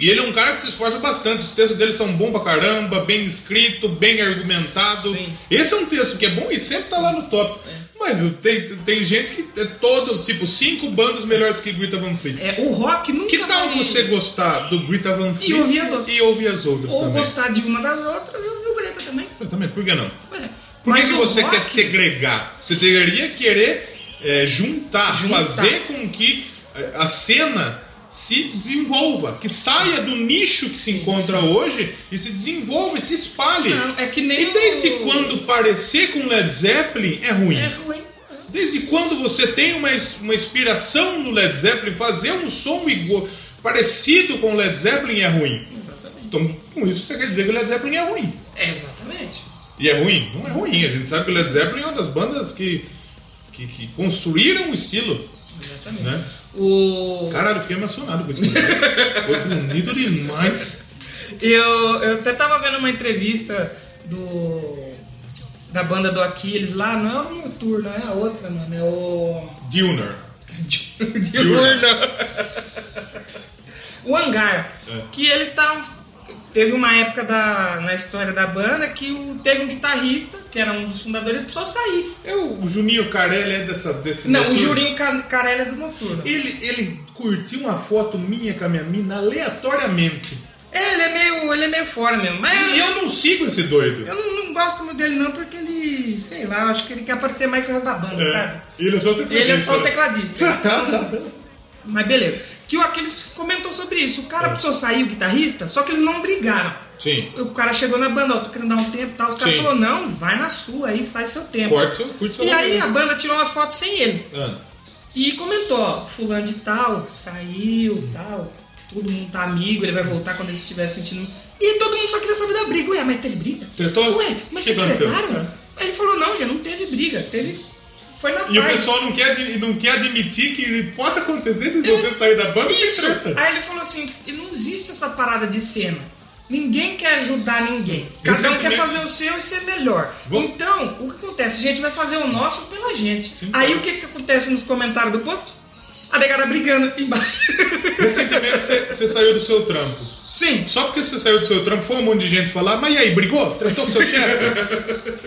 E ele é um cara que se esforça bastante. Os textos dele são bons pra caramba, bem escrito, bem argumentado.
Sim.
Esse é um texto que é bom e sempre tá lá no top.
É.
Mas tem, tem gente que é todo, tipo, cinco bandos melhores que Greta Van Fleet.
É, o rock nunca
Que tal
vai-
você gostar do Greta Van Fleet
ouvir as outras.
e ouvir as outras
ou
também?
gostar de uma das outras e ouvir o Greta também?
Exatamente, por que não?
Pois é.
Por que,
Mas
que
o
você
rock-
quer segregar? Você deveria querer é, juntar,
Juntar.
fazer com que é, a cena se desenvolva, que saia do nicho que se encontra hoje e se desenvolva e se espalhe.
Não, é que nem.
E desde
o-
quando parecer com Led Zeppelin é ruim?
É ruim.
Desde quando você tem uma, ins- uma inspiração no Led Zeppelin, fazer um som igual, parecido com Led Zeppelin é ruim?
Exatamente.
Então, com isso você quer dizer que o Led Zeppelin é ruim?
Exatamente.
E é ruim? Não é ruim. A gente sabe que o Led Zeppelin é uma das bandas que, que, que construíram o estilo.
Exatamente.
Né?
O...
Caralho, eu fiquei emocionado com isso. Foi bonito demais.
Eu, eu até tava vendo uma entrevista do da banda do Aquiles lá, não é o Noturno, é a outra, mano, é o
Dillner.
Diurno. o Hangar,
É.
que eles estavam teve uma época da, na história da banda que o, teve um guitarrista, que era um dos fundadores, ele precisou sair.
É o o Juninho Carelli é dessa, desse.
Não, o
noturno.
Jurinho Ca- Carelli é do Noturno.
Ele, ele curtiu uma foto minha com a minha mina aleatoriamente.
É, ele é meio, ele é meio fora mesmo, mas
E eu não sigo esse doido.
Eu não, não gosto muito dele não, porque ele, sei lá, eu acho que ele quer aparecer mais que o resto da banda,
É.
sabe?
Ele é só o tecladista.
Ele é só o tecladista.
Tá, tá.
Mas beleza. Que o Aquiles comentou sobre isso. O
É.
cara precisou sair, o guitarrista, só que eles não brigaram.
Sim.
O cara chegou na banda, ó, tô querendo dar um tempo e tal. Os caras
Sim.
falaram, não, vai na sua aí, faz seu tempo.
Curte seu, curte seu
E aí
rolê.
a banda tirou umas fotos sem ele.
Ah,
E comentou, ó, fulano de tal, saiu, tal, todo mundo tá amigo, ele vai voltar quando ele estiver sentindo. E todo mundo só queria saber da briga. Ué, mas teve briga?
Tretou?
Ué, mas
O que
vocês
aconteceu? É.
tretaram? Aí ele falou, não, já não teve briga, teve. Foi na
E o
paz.
pessoal não quer, admi- não quer admitir que pode acontecer de você sair da banda
É.
e
Isso!
ter treta.
Aí ele falou assim: "E não existe essa parada de cena. Ninguém quer ajudar ninguém. Cada um
Recentemente-
quer fazer o seu e ser melhor.
Vamos-
Então, o que acontece? A gente vai fazer o nosso pela gente.
Sim.
Aí o que, que acontece nos comentários do post? A negada brigando embaixo.
Recentemente você, você saiu do seu trampo.
Sim.
Só porque você saiu do seu trampo, foi um monte de gente falar, mas e aí, brigou? Tretou com seu chefe?
Às vezes o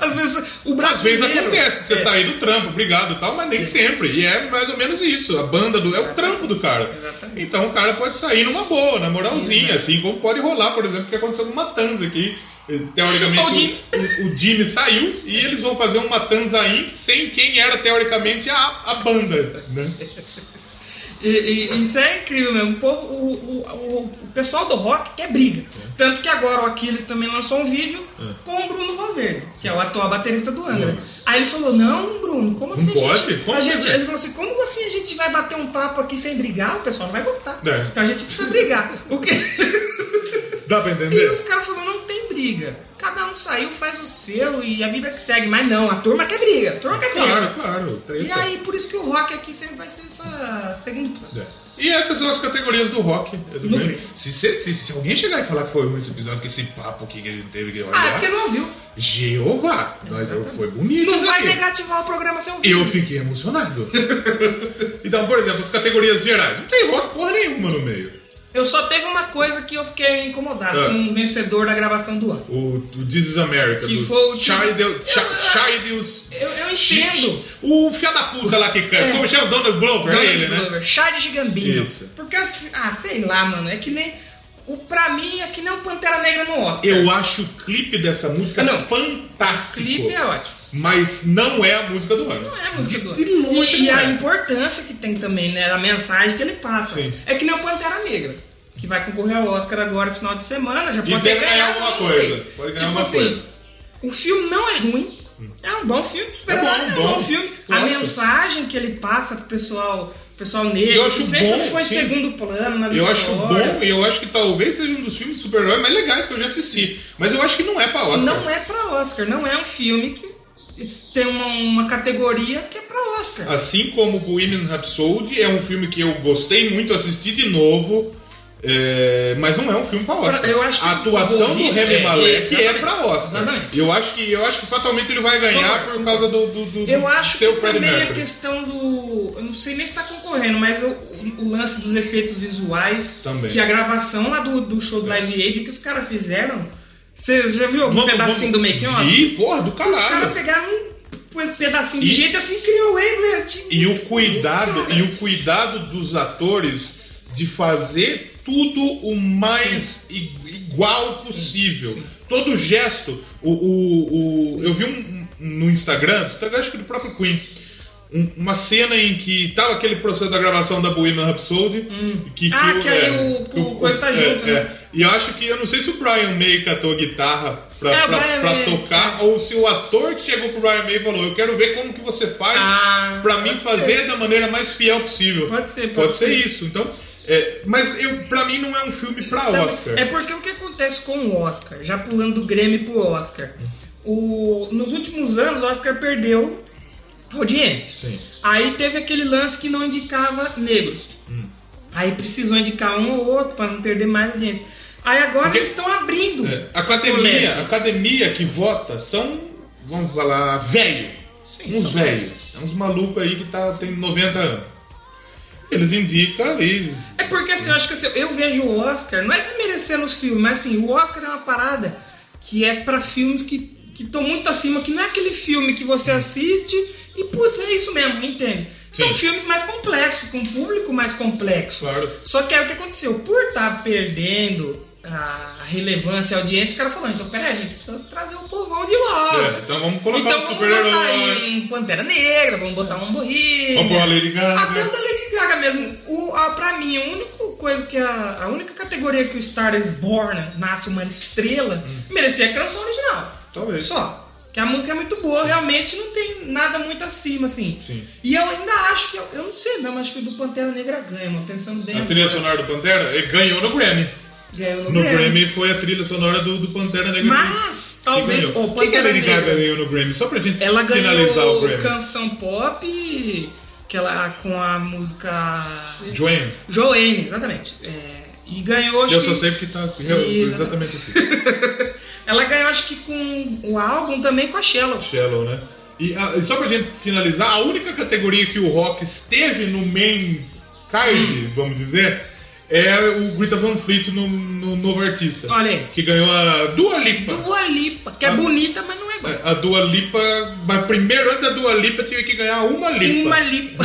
Às vezes
brasileiro.
acontece, você
É.
sair do trampo, brigado e tal, mas nem sempre. E é mais ou menos isso. A banda do, é o trampo do cara.
Exatamente. é.
Então o cara pode sair numa boa, na moralzinha, assim como pode rolar, por exemplo, o que aconteceu no Matanza aqui.
Chupa o
Teoricamente
Jimmy.
o, o, o Jimmy saiu e eles vão fazer uma Matanza Inc. sem quem era teoricamente a, a banda. né?
E, e- isso é incrível mesmo. O, povo- o- o- o- o pessoal do rock quer
É.
briga. Tanto que agora o Aquiles também lançou um vídeo com o Bruno Valverde, que é o atual baterista do Angra. Aí ele falou: Não, Bruno, como assim? a
É. pode?
gente-
Como
a gente,
pode?
ele falou assim: Como assim a gente vai bater um papo aqui sem brigar? O pessoal não vai gostar.
É.
Então a gente precisa brigar. O que...
Dá pra
e
entender?
os caras falaram: Não tem briga. Cada um saiu, faz o seu e a vida que segue. Mas não, a turma quer briga. A turma quer briga.
Claro, claro.
Então, E
treta.
aí, por isso que o rock aqui sempre vai ser essa segunda.
É. E essas são as categorias do rock. é do
No
Grammy.
Grammy.
se, cê- se- se alguém chegar e falar que foi ruim esse episódio, que esse papo aqui que a gente teve que
Ah, é porque
olhar,
não ouviu.
Jeová! Nós, foi bonito
Não
isso
vai
aqui.
negativar o programa sem ouvir.
Eu fiquei emocionado. então, por exemplo, as categorias gerais. Não tem rock porra nenhuma no meio.
Eu só teve uma coisa que eu fiquei incomodado
Ah.
com um vencedor da gravação do ano.
O, o This is America.
Que
do
foi o-
Child, Child, Child,
Eu, eu entendo.
O fia da puta lá que canta.
É.
Como chama? Donald Glover, é ele, né?
Então, tipo, Chá de Gambino.
Isso.
Porque, assim, ah, sei lá, mano. É que nem. O, pra mim, é que nem o Pantera Negra no Oscar.
Eu acho o clipe dessa música
Ah, não. O
fantástico.
clipe é ótimo.
Mas não é a música do ano.
Não é a música do
De
ano.
longe
E, e
não
a
é.
importância que tem também, né? A mensagem que ele passa.
Sim.
É que nem o Pantera Negra. Que vai concorrer ao Oscar agora esse final de semana. Já
E
pode ter
deve ganhar
ganhado,
alguma
não
coisa.
sei.
Pode ganhar
tipo
alguma
assim,
coisa. Hum.
o filme não é ruim. É um bom filme. de super-herói,
É bom,
é um
bom.
bom filme. A
Gosto.
mensagem que ele passa pro pessoal, pessoal negro.
Eu acho
que sempre
bom,
foi
sim.
segundo plano nas
Eu acho
histórias.
bom e eu acho que talvez seja um dos filmes de super-herói mais legais que eu já assisti. Mas eu acho que não é pra Oscar.
Não é pra Oscar. Não é um filme que tem uma, uma categoria que é pra Oscar.
Assim como Bohemian Rhapsody é um filme que eu gostei muito, assisti de novo. é, mas não é um filme pra Oscar.
Pra- eu acho que
a atuação do
Bohemian-
Remy
é,
Malek
é,
é,
exatamente.
pra Oscar.
Exatamente.
Eu acho que eu acho que fatalmente ele vai ganhar
Concordo,
por causa do, do, do-
Eu
do
acho
seu
que
Freddie
também é a
Mercury.
questão do. Eu não sei nem se tá concorrendo, mas o, o lance dos efeitos visuais.
Também. É.
Que a gravação lá do, do show do Live Aid, o que os caras fizeram. Vocês já viu algum
Vamos-
um pedacinho do
vamos-
make off?
Vi, porra, do caralho.
Os caras pegaram um pedacinho de
E-
gente assim criou o Wembley antigo.
E o cuidado,
Cara.
e o cuidado dos atores de fazer tudo o mais i- igual possível. Todo gesto. O, o, o- eu vi um, um- no Instagram, do Instagram acho que do próprio Queen, um- uma cena em que tava aquele processo da gravação da Bohemian Rhapsody. Que,
Ah, que aí o-
que
o coisa tá
é,
junto,
é.
né?
E eu acho que, eu não sei se o Brian May catou a guitarra pra,
É, o
pra-
Brian
pra
May.
tocar, ou se o ator que chegou pro Brian May falou, eu quero ver como que você faz
Ah,
para mim
pode
fazer da maneira mais fiel possível.
Pode ser, pode
ser,
ser.
isso. Então, é, mas eu, para mim não é um filme para
Também-
Oscar.
É porque o que acontece com o Oscar, já pulando do Grêmio pro Oscar. O, nos últimos anos, o Oscar perdeu audiência.
Sim.
Aí teve aquele lance que não indicava negros.
Hum.
Aí precisou indicar um ou outro para não perder mais audiência. Aí agora
Porque-
eles estão abrindo.
É,
Polêmica.
a academia, a academia que vota são, vamos falar, velho.
Sim, são-
Uns velhos. É uns malucos aí que tá, tem 90 anos. Eles indicam ali.
É porque assim, eu acho que assim, eu vejo o Oscar, não é desmerecendo os filmes, mas assim, o Oscar é uma parada que é pra filmes que estão muito acima, que não é aquele filme que você assiste e, putz, é isso mesmo, entende? São
Sim.
filmes mais complexos, com um público mais complexo.
Claro.
Só que aí o que aconteceu? Por estar perdendo a relevância, a audiência, o cara falou, então peraí, a gente precisa trazer o povão de
É,
volta.
então vamos colocar
Ah, então
um
vamos
super-herói.
botar aí um Pantera Negra, vamos botar um Borrinho.
Vamos pôr uma Lady Gaga.
Até o da Lady Gaga mesmo. O, a, pra mim, a única coisa que a, a única categoria
Hum.
que o Star is Born nasce uma estrela merecia a canção original.
Talvez.
Só. Que a música é muito boa, realmente não tem nada muito acima, assim.
Sim.
E eu ainda acho que. Eu, eu não sei, não, mas acho que o do Pantera Negra ganha, mano. Pensando bem.
A trilha sonora do Pantera eh, ganhou no Grammy.
Ganhou
No Grammy foi a trilha sonora do, do Pantera Negra.
Mas,
que
talvez.
ganhou.
Ô,
O que que a
Pantera
Lady Gaga
Negra.
ganhou no Grammy? Só pra gente
Ela
finalizar
ganhou
o Grammy.
canção pop que ela, com a música.
Joanne,
Joanne, exatamente. É, e ganhou, acho
eu
que.
só sei porque tá
Isso.
exatamente assim, aqui.
Ela ganhou, acho que com o álbum também com a Shallow.
Shallow, né? E ah, e só pra gente finalizar, a única categoria que o rock esteve no main card, vamos dizer, é o Greta Van Fleet no, no Novo Artista.
Olha aí.
Que ganhou a Dua Lipa.
Dua Lipa, que é
Ah.
bonita, mas não é boa.
A Dua Lipa, mas primeiro antes da Dua Lipa tinha que ganhar uma É, Lipa.
Uma Lipa.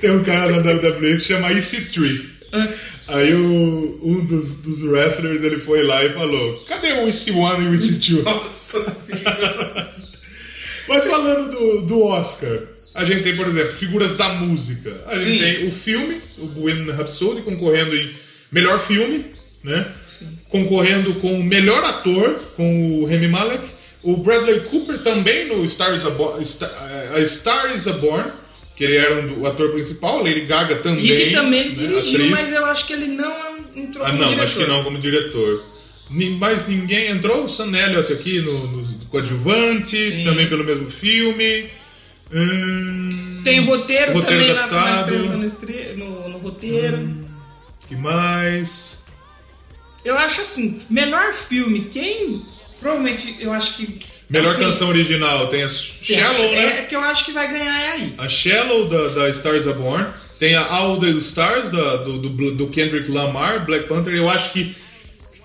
Tem um cara na WWE que chama EC3.
É.
Aí o- um dos, dos wrestlers ele foi lá e falou: Cadê o EC1 e o EC2?
Nossa senhora.
Mas falando do, do Oscar, a gente tem, por exemplo, figuras da música. A gente
Sim.
tem o filme, o Bohemian Rhapsody, concorrendo em melhor filme, né? Concorrendo com o melhor ator, com o Remy Malek. O Bradley Cooper também no Star is a, Bo- Star, eh, a Star is a Born, que ele era um do- o ator principal. A Lady Gaga também.
E que também ele
né,
dirigiu,
atriz.
mas eu acho que ele não entrou
Ah,
como
não,
diretor.
acho que não como diretor. Ni- Mas ninguém entrou. O Sam Elliott aqui no, no coadjuvante,
Sim.
também pelo mesmo filme. Hum,
Tem um o roteiro, também
tá
lá, só mais
adaptado.
três no, estre- no- no roteiro.
Hum. que mais?
Eu acho assim, melhor filme, quem provavelmente, eu acho que...
Melhor
assim,
canção original tem
tem a-
a Shallow,
é,
né?
que eu acho que vai ganhar é aí.
A Shallow da, da Stars Are Born. Tem a All the Stars da- do, do- do Kendrick Lamar, Black Panther. Eu acho que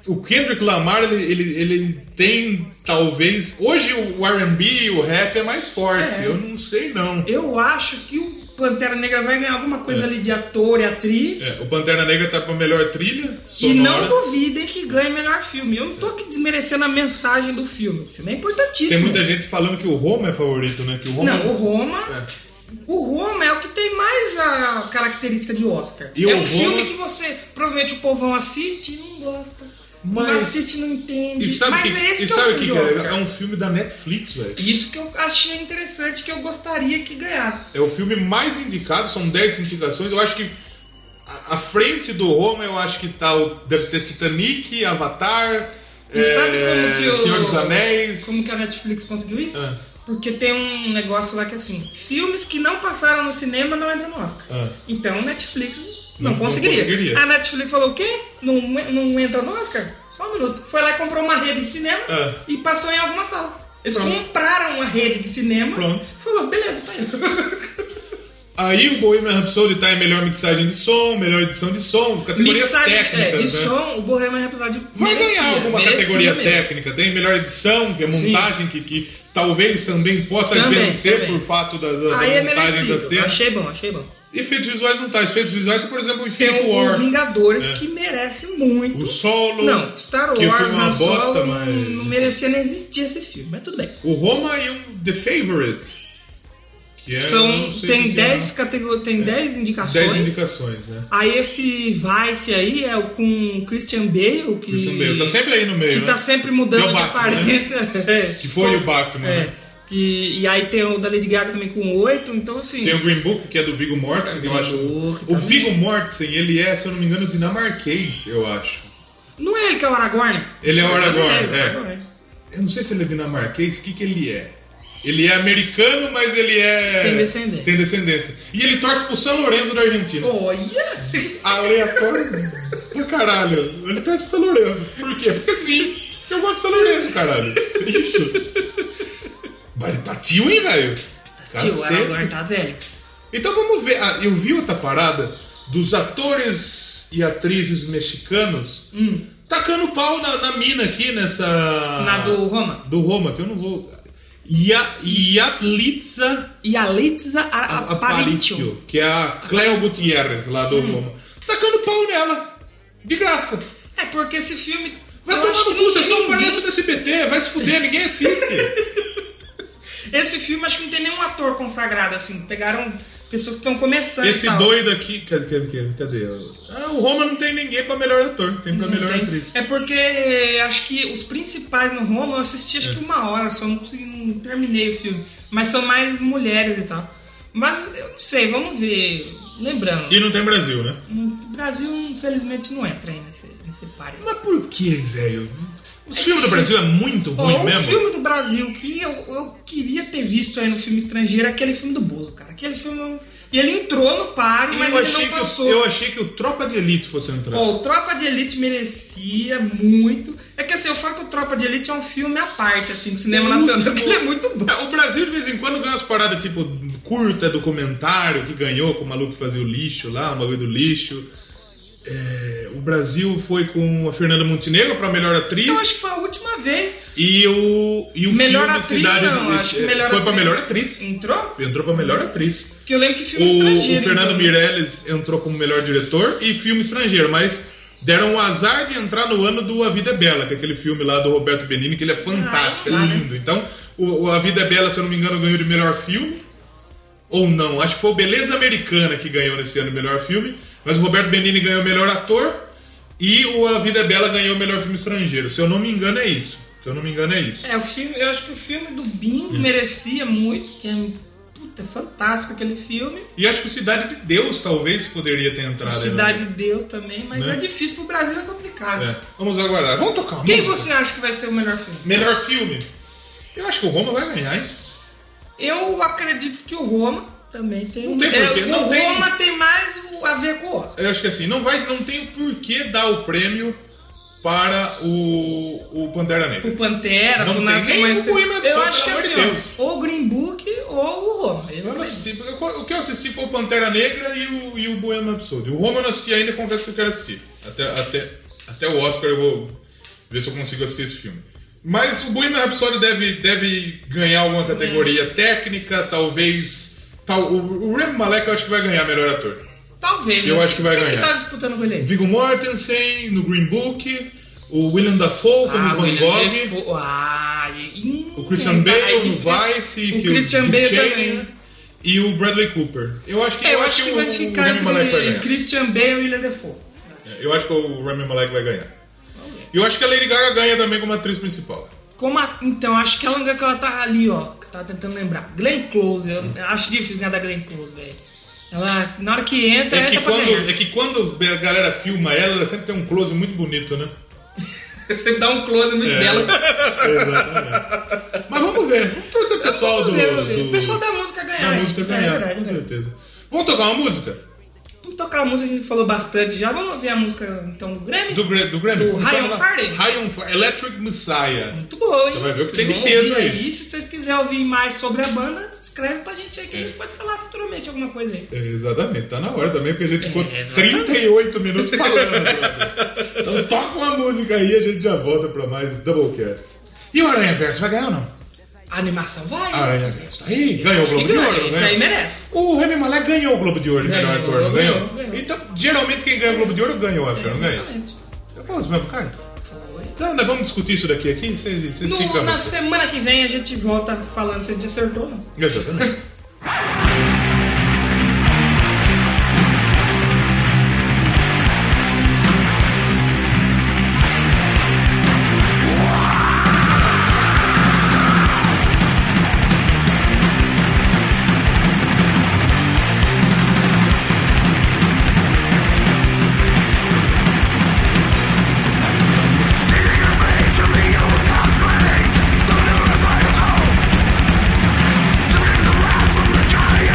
o Kendrick Lamar, ele, ele, ele tem talvez. Hoje o RB e o rap é mais forte.
É.
Eu não sei, não.
Eu acho que o Pantera Negra vai ganhar alguma coisa ali de ator e atriz.
É, o Pantera Negra tá pra melhor trilha
E
sonora.
não duvidem que ganhe melhor filme. Eu não tô aqui desmerecendo a mensagem do filme. O filme é importantíssimo.
Tem muita gente falando que o Roma é favorito, né? Que o Roma
Não, o Roma.
É.
O Roma é o que tem mais a característica de Oscar.
E
é
o
um
Roma-
filme que você, provavelmente o povão assiste e não gosta.
Mas-
Não assiste e não entende.
E sabe o
Mas
que,
é esse
e
que é o
sabe o
filme de
que que é?
Oscar.
É um filme da Netflix, velho.
Isso que eu achei interessante, que eu gostaria que ganhasse.
É o filme mais indicado, são 10 indicações. Eu acho que a- à frente do Roma, eu acho que tá o deve ter Titanic, Avatar, é,
E sabe como que o-
Senhor dos Anéis.
Como que a Netflix conseguiu isso?
Ah.
Porque tem um negócio lá que é assim, filmes que não passaram no cinema não entram no Oscar.
Ah.
Então Netflix não,
Não- não
conseguiria.
conseguiria.
A Netflix falou o quê? Não, não entra no Oscar? Só um minuto. Foi lá e comprou uma rede de cinema
Ah.
e passou em algumas salas. Eles
Pronto.
compraram uma rede de cinema
Pronto.
falou, beleza, tá aí.
Aí o Bohemian Rhapsody tá em melhor mixagem de som, melhor edição de som, categorias
Mixagem é,
técnicas,
de
né?
som, o Bohemian Rhapsody
Vai
merecia,
ganhar alguma
merecia
categoria
mesmo.
técnica, tem melhor edição, que é
Sim.
montagem, que, que talvez também possa
Também,
vencer
também.
por fato da, da- da
Aí é
montagem da
merecido.
cena.
Achei bom, achei bom.
Efeitos visuais não tá. Efeitos visuais, por exemplo,
Tem
Infinity
o
War,
Vingadores
É.
que merece muito.
o solo.
Não, Star Wars
que o filme é uma
Han Solo
bosta,
não-
mas-
não merecia nem existir esse filme, mas tudo bem.
O Roma e o The Favorite. Que é, eu
São,
não sei o
tem
que que é,
10 categorias, tem 10
né?
indicações.
10 indicações, né?
Aí esse Vice aí é o com Christian Bale, que,
Christian Bale. Tá sempre aí no meio,
que
né?
tá sempre mudando
Que é o
de
Batman,
aparência. É.
Que foi o Batman,
É.
né?
Que, e aí tem o da Lady Gaga também com 8, então assim.
Tem o Green Book, que é do Viggo Mortensen, eu
Green
acho.
Book,
O
tá
Viggo Mortensen, ele é, se eu não me engano, dinamarquês, eu acho.
Não é ele que é o Aragorn?
Ele é o Aragorn,
Beleza,
é.
Aragorn.
Eu não sei se ele é dinamarquês, o que, que ele é? Ele é americano, mas ele é.
Tem descendência.
Tem descendência. E ele torce pro São Lourenço da Argentina.
Olha!
Aleatório pra caralho. Ele torce pro São Lourenço. Por quê? Porque sim. Porque eu gosto do São Lourenço, caralho. Isso. Mas ele tá tio, hein, velho?
Tio, o
Cacete.
Aragorn tá velho.
Então vamos ver. Ah, eu vi outra parada dos atores e atrizes mexicanos
Hum,
tacando pau na, na mina aqui nessa. Ah.
Na do Roma.
do Roma, que eu não vou. Ya- Yatliza
E a Letza Ar- Aparicio. Hum.
Aparicio, que é a Cleo Gutierrez lá do Roma, tacando pau nela, de graça.
É porque esse filme.
Vai
eu
tomar
acho
no
que
cu,
não
você
tem
só
ninguém-
aparece no SBT, vai se fuder, ninguém assiste.
Esse filme acho que não tem nenhum ator consagrado, assim. Pegaram pessoas que estão começando. e
Esse
tal.
doido aqui. Cadê? cadê, cadê? Ah, o Roma não tem ninguém pra melhor ator, tem pra
Não
melhor
tem.
atriz.
É porque acho que os principais no Roma eu assisti acho que
É.
uma hora, só não consegui, não terminei o filme. Mas são mais mulheres e tal. Mas eu não sei, vamos ver. Lembrando,
E não tem Brasil, né?
no Brasil infelizmente não entra aí nesse, nesse páreo.
Mas por que, velho? Os filmes do Brasil é muito
Ó,
ruim
um
mesmo.
filme do Brasil que eu, eu queria ter visto aí no filme estrangeiro é aquele filme do Bozo, cara. Aquele filme. eu- E ele entrou no páreo, mas
eu,
ele
achei
não
que,
passou.
eu achei que o Tropa de Elite fosse entrar.
Pô, o Tropa de Elite merecia muito. É que assim, eu falo que o Tropa de Elite é um filme à parte, assim, do cinema
É muito
nacional,
bom.
que ele é muito bom.
O Brasil de vez em quando ganha umas paradas tipo curta documentário que ganhou com o maluco que fazia o lixo lá, o bagulho do lixo. É, o Brasil foi com a Fernanda Montenegro pra melhor atriz.
Eu acho que foi a última vez.
E o, e o
Melhor
filme
atriz,
Cidade
não,
de-
acho que melhor
foi pra
atriz.
melhor atriz.
Entrou?
Entrou pra melhor atriz.
Porque eu lembro que filme
O,
estrangeiro.
o Fernando
então.
Meirelles entrou como melhor diretor e filme estrangeiro, mas deram o azar de entrar no ano do A Vida é Bela, que é aquele filme lá do Roberto Benini, que ele é fantástico,
Ah, não dá,
é
né?
lindo. Então, o, o A Vida é Bela, se eu não me engano, ganhou de melhor filme. Ou não, acho que foi o Beleza Americana que ganhou nesse ano o melhor filme, mas o Roberto Benini ganhou o melhor ator e o A Vida é Bela ganhou o melhor filme estrangeiro. Se eu não me engano, é isso. Se eu não me engano, é isso.
É, o filme, eu acho que o filme do Bim merecia muito, que é puta, fantástico aquele filme.
E acho que o Cidade de Deus talvez poderia ter entrado. aí no-
Cidade de Deus também, mas
Né?
é difícil pro Brasil, né? é complicado.
É. Vamos aguardar. Vamos tocar uma
Quem
música?
você acha que vai ser o melhor filme?
Melhor filme. Eu acho que o Roma vai ganhar, hein?
Eu acredito que o Roma também tem um.
Não tem porquê,
o
não É, tem-
Roma tem mais o- a ver com o Oscar.
Eu acho que assim, não, vai, não tem o porquê dar o prêmio para o, o Pantera Negra.
Pro Pantera, pro
Não tem nem
Nascimento.
o Buena
Eu
Opção,
acho que
pelo
assim,
amor de
ó,
Deus.
ou o Green Book ou o Roma. Eu
Eu não
acredito.
assisti, porque o que eu assisti foi o Pantera Negra e o, e o Bohemian Rhapsody. O Roma eu não assisti ainda, confesso que eu quero assistir. Até, até, até o Oscar eu vou ver se eu consigo assistir esse filme. Mas o Bohemian Rhapsody deve, deve ganhar alguma categoria técnica, talvez... Tal, o, o Rem Malek eu acho que vai ganhar melhor ator.
Talvez.
Eu
mas
acho que vai
quem
ganhar.
Quem tá disputando com ele?
Viggo Mortensen no Green Book, o William Dafoe como Van
William
Gogh,
Defoe. Ah, e- hum,
o Christian
tá, é
Bale no
difícil.
Vice,
O
que
Christian
Dick
Bale
Cheney,
também, né?
e o Bradley Cooper. Eu acho que,
É, eu acho que
o-
vai
o
ficar
Rami Malek
entre
vai ganhar. É,
Christian Bale e William Defoe.
Eu acho que o Rami Malek vai ganhar. E eu acho que a Lady Gaga ganha também como atriz principal.
Como a- então, acho que ela que ela tá ali, ó. Que eu tava tentando lembrar. Glenn Close, eu acho difícil ganhar da Glenn Close, velho. Ela, na hora que entra,
É que,
entra Então pra ganhar.
quando, é que quando a galera filma ela, ela sempre tem um close muito bonito, né?
Você dá um close muito
É.
dela.
Exatamente. Mas vamos ver. Vamos torcer
É,
pro pessoal do, do-
O pessoal da música ganhar.
da música
É,
ganhar,
É verdade, é
com
verdade.
certeza. Vamos tocar uma música?
Vamos tocar a música, a gente falou bastante já. Vamos ouvir a música então do Grêmio.
Do, Gra- do Grammy?
Do High on
Então,
Friday.
High on Friday. Electric Messiah.
Muito boa, hein?
Você vai ver o que tem de
Vocês vão
peso
ouvir
aí.
Se vocês quiserem ouvir mais sobre a banda, escreve pra gente aí que a
É.
gente pode falar futuramente alguma coisa aí.
É, exatamente, tá na hora também, porque a gente ficou
É, exatamente.
38 minutos falando. né? então toca uma música aí e a gente já volta pra mais Doublecast. E o Aranha Verso vai ganhar ou não?
A animação vai.
Aranha Verso tá aí, ganhou o
É. Acho que
Globo de
ganha,
Ouro, né? não
Isso
ganhou?
aí merece.
O Remy Malek ganhou o Globo de Ouro de
Ganhou,
melhor ator, não
ganhou,
ganhou?
ganhou.
Então, geralmente quem ganha o Globo de Ouro ganha o Oscar, não ganha?
Exatamente.
Eu falo assim mesmo, cara.
Foi.
Então, nós vamos discutir isso daqui aqui, vocês vocês
No-
ficam.
na semana que vem a gente volta falando se a gente acertou ou não.
Exatamente.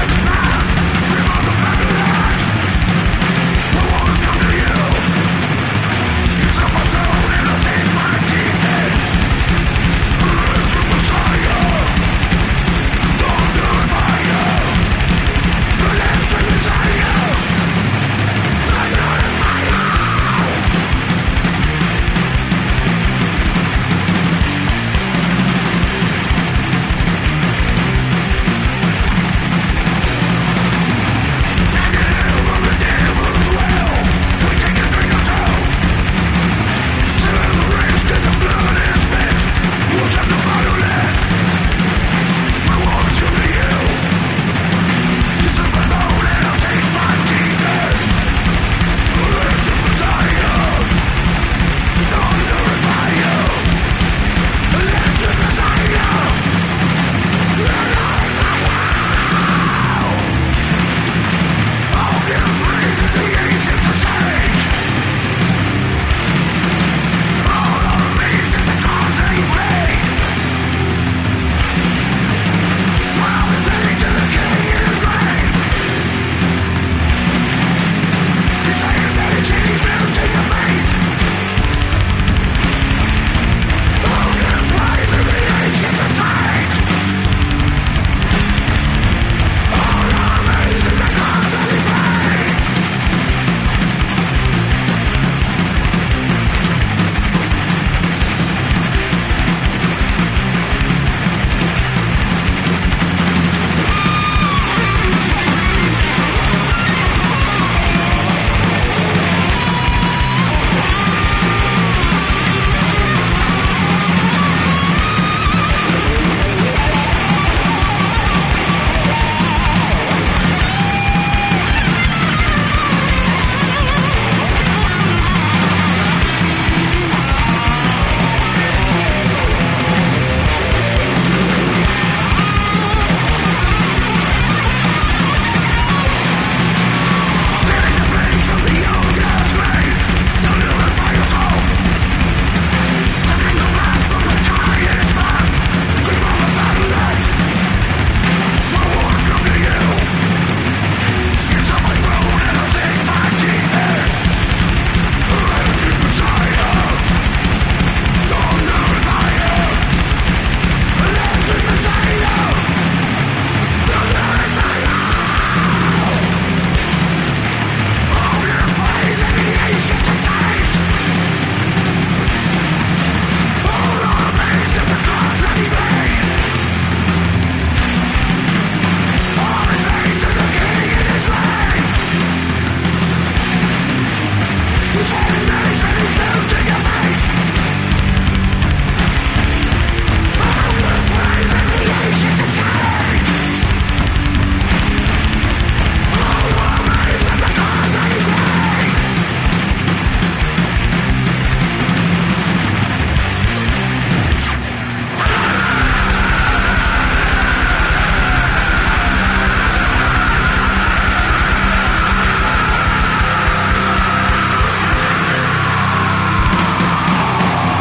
Don't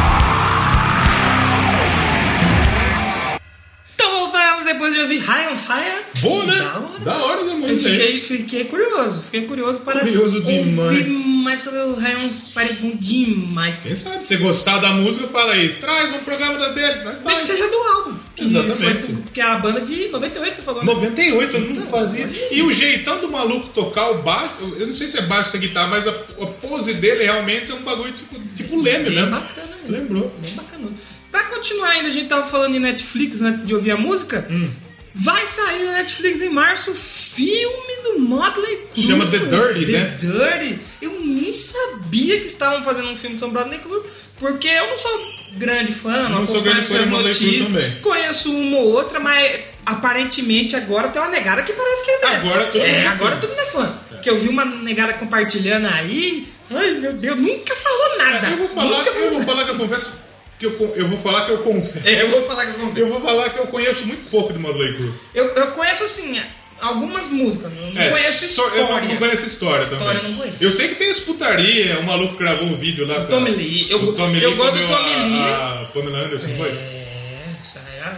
vontade Então de ouvir High on Fire.
Boa, né?
Da hora.
Da hora da
Eu
música. hein?
fiquei, fiquei curioso, fiquei curioso para
Curioso
ouvir
demais.
mais sobre o High on Fire bom demais.
Quem sabe, se você gostar da música, fala aí, traz um programa da dele, vai
Nem que
faz.
seja do álbum. que
Exatamente.
foi- Porque é a banda de 98, você falou. né?
98, eu não fazia. E o jeitão do maluco tocar o baixo, eu não sei se é baixo essa guitarra, mas a, a pose dele realmente é um bagulho tipo, tipo Leme
Bem
mesmo.
bacana, né?
Lembrou.
Bem bacana. Pra continuar ainda, a gente tava falando em Netflix antes de ouvir a música.
Hum.
Vai sair na Netflix em março o filme do Motley Crue.
Chama The Dirty,
The
né?
Dirty. Eu nem sabia que estavam fazendo um filme sobre o Motley Crue, porque eu não sou grande fã, não,
Não sou
acompanho
grande fã
essas
de Motley Crue
notícias.
também.
Conheço uma ou outra, mas aparentemente agora tem uma negada que parece que é mesmo.
Agora todo mundo
É,
é
agora
fã.
todo mundo é fã. Porque eu vi uma negada compartilhando aí. Ai, meu Deus, nunca falou nada.
É, Eu vou falar,
Nunca
eu
falou
vou falar que eu confesso que eu, con- eu vou falar que eu confesso.
é, eu vou falar que eu comprei.
Eu vou falar que eu conheço muito pouco de Motley Crue.
Eu, eu conheço, assim, algumas músicas. né? Eu não
É,
conheço
só-
história.
Eu não- não conheço história,
História eu
também.
não conheço.
Eu sei que tem as putaria, o maluco gravou um vídeo lá. com a-
Tommy Lee. Eu-
o Tommy
eu
Lee
gosto do
comeu
Tommy Lee.
A, a Pamela Anderson, foi?
É, isso aí é, é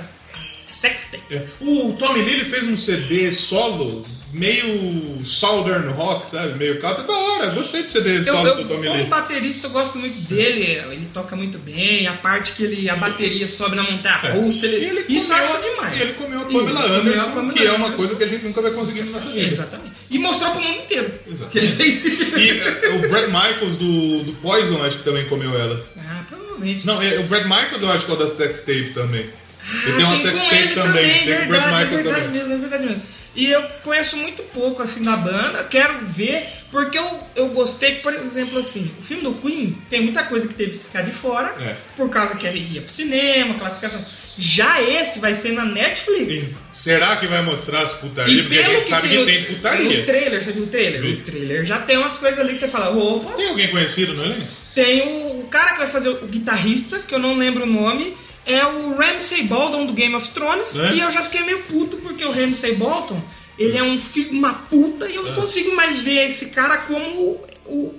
sextape.
É. O Tommy Lee ele fez um CD solo, meio Southern Rock, sabe? Meio caldo. Da hora, gostei do CD
Eu,
solo
eu,
do Tommy
como
Lee.
baterista, eu gosto muito dele. Ele toca muito bem. A parte que ele, a bateria sobe na montanha russa. Ele, isso eu
É. comeu-
acho demais.
Ele comeu a
Ele
Pamela
comeu a
Anderson,
Pamela
que é uma
Anderson.
coisa que a gente nunca vai conseguir na nossa vida.
Exatamente. E mostrou pro mundo inteiro.
Exatamente.
Que ele fez.
E eh, o Brad Michaels do, do Poison acho que também comeu ela.
Ah, provavelmente.
Não, é, o Brad Michaels eu acho que é o da Sex Tape também.
Ah,
ele tem uma
com
Sex Tape
ele
também. Tem o Brad
verdade, é
Michaels
verdade
também.
mesmo, é verdade mesmo. E eu conheço muito pouco assim da banda, quero ver, porque eu, eu gostei, por exemplo, assim, o filme do Queen tem muita coisa que teve que ficar de fora,
É.
por causa que ele ia pro cinema, classificação. Já esse vai ser na Netflix.
Sim. Será que vai mostrar as
E
putarias? Porque a
pelo
gente
que
sabe
tem,
que
no-
tem
No
putaria.
trailer, você viu o trailer?
Vi.
O trailer já tem umas coisas ali que você fala, opa,
Tem alguém conhecido é, né? no elenco?
tem o, o cara que vai fazer o guitarrista, que eu não lembro o nome, é o Ramsey Bolton do Game of Thrones.
É?
E eu já fiquei meio puto porque o Ramsey Bolton, ele é um filho, uma puta e eu
É.
não consigo mais ver esse cara como o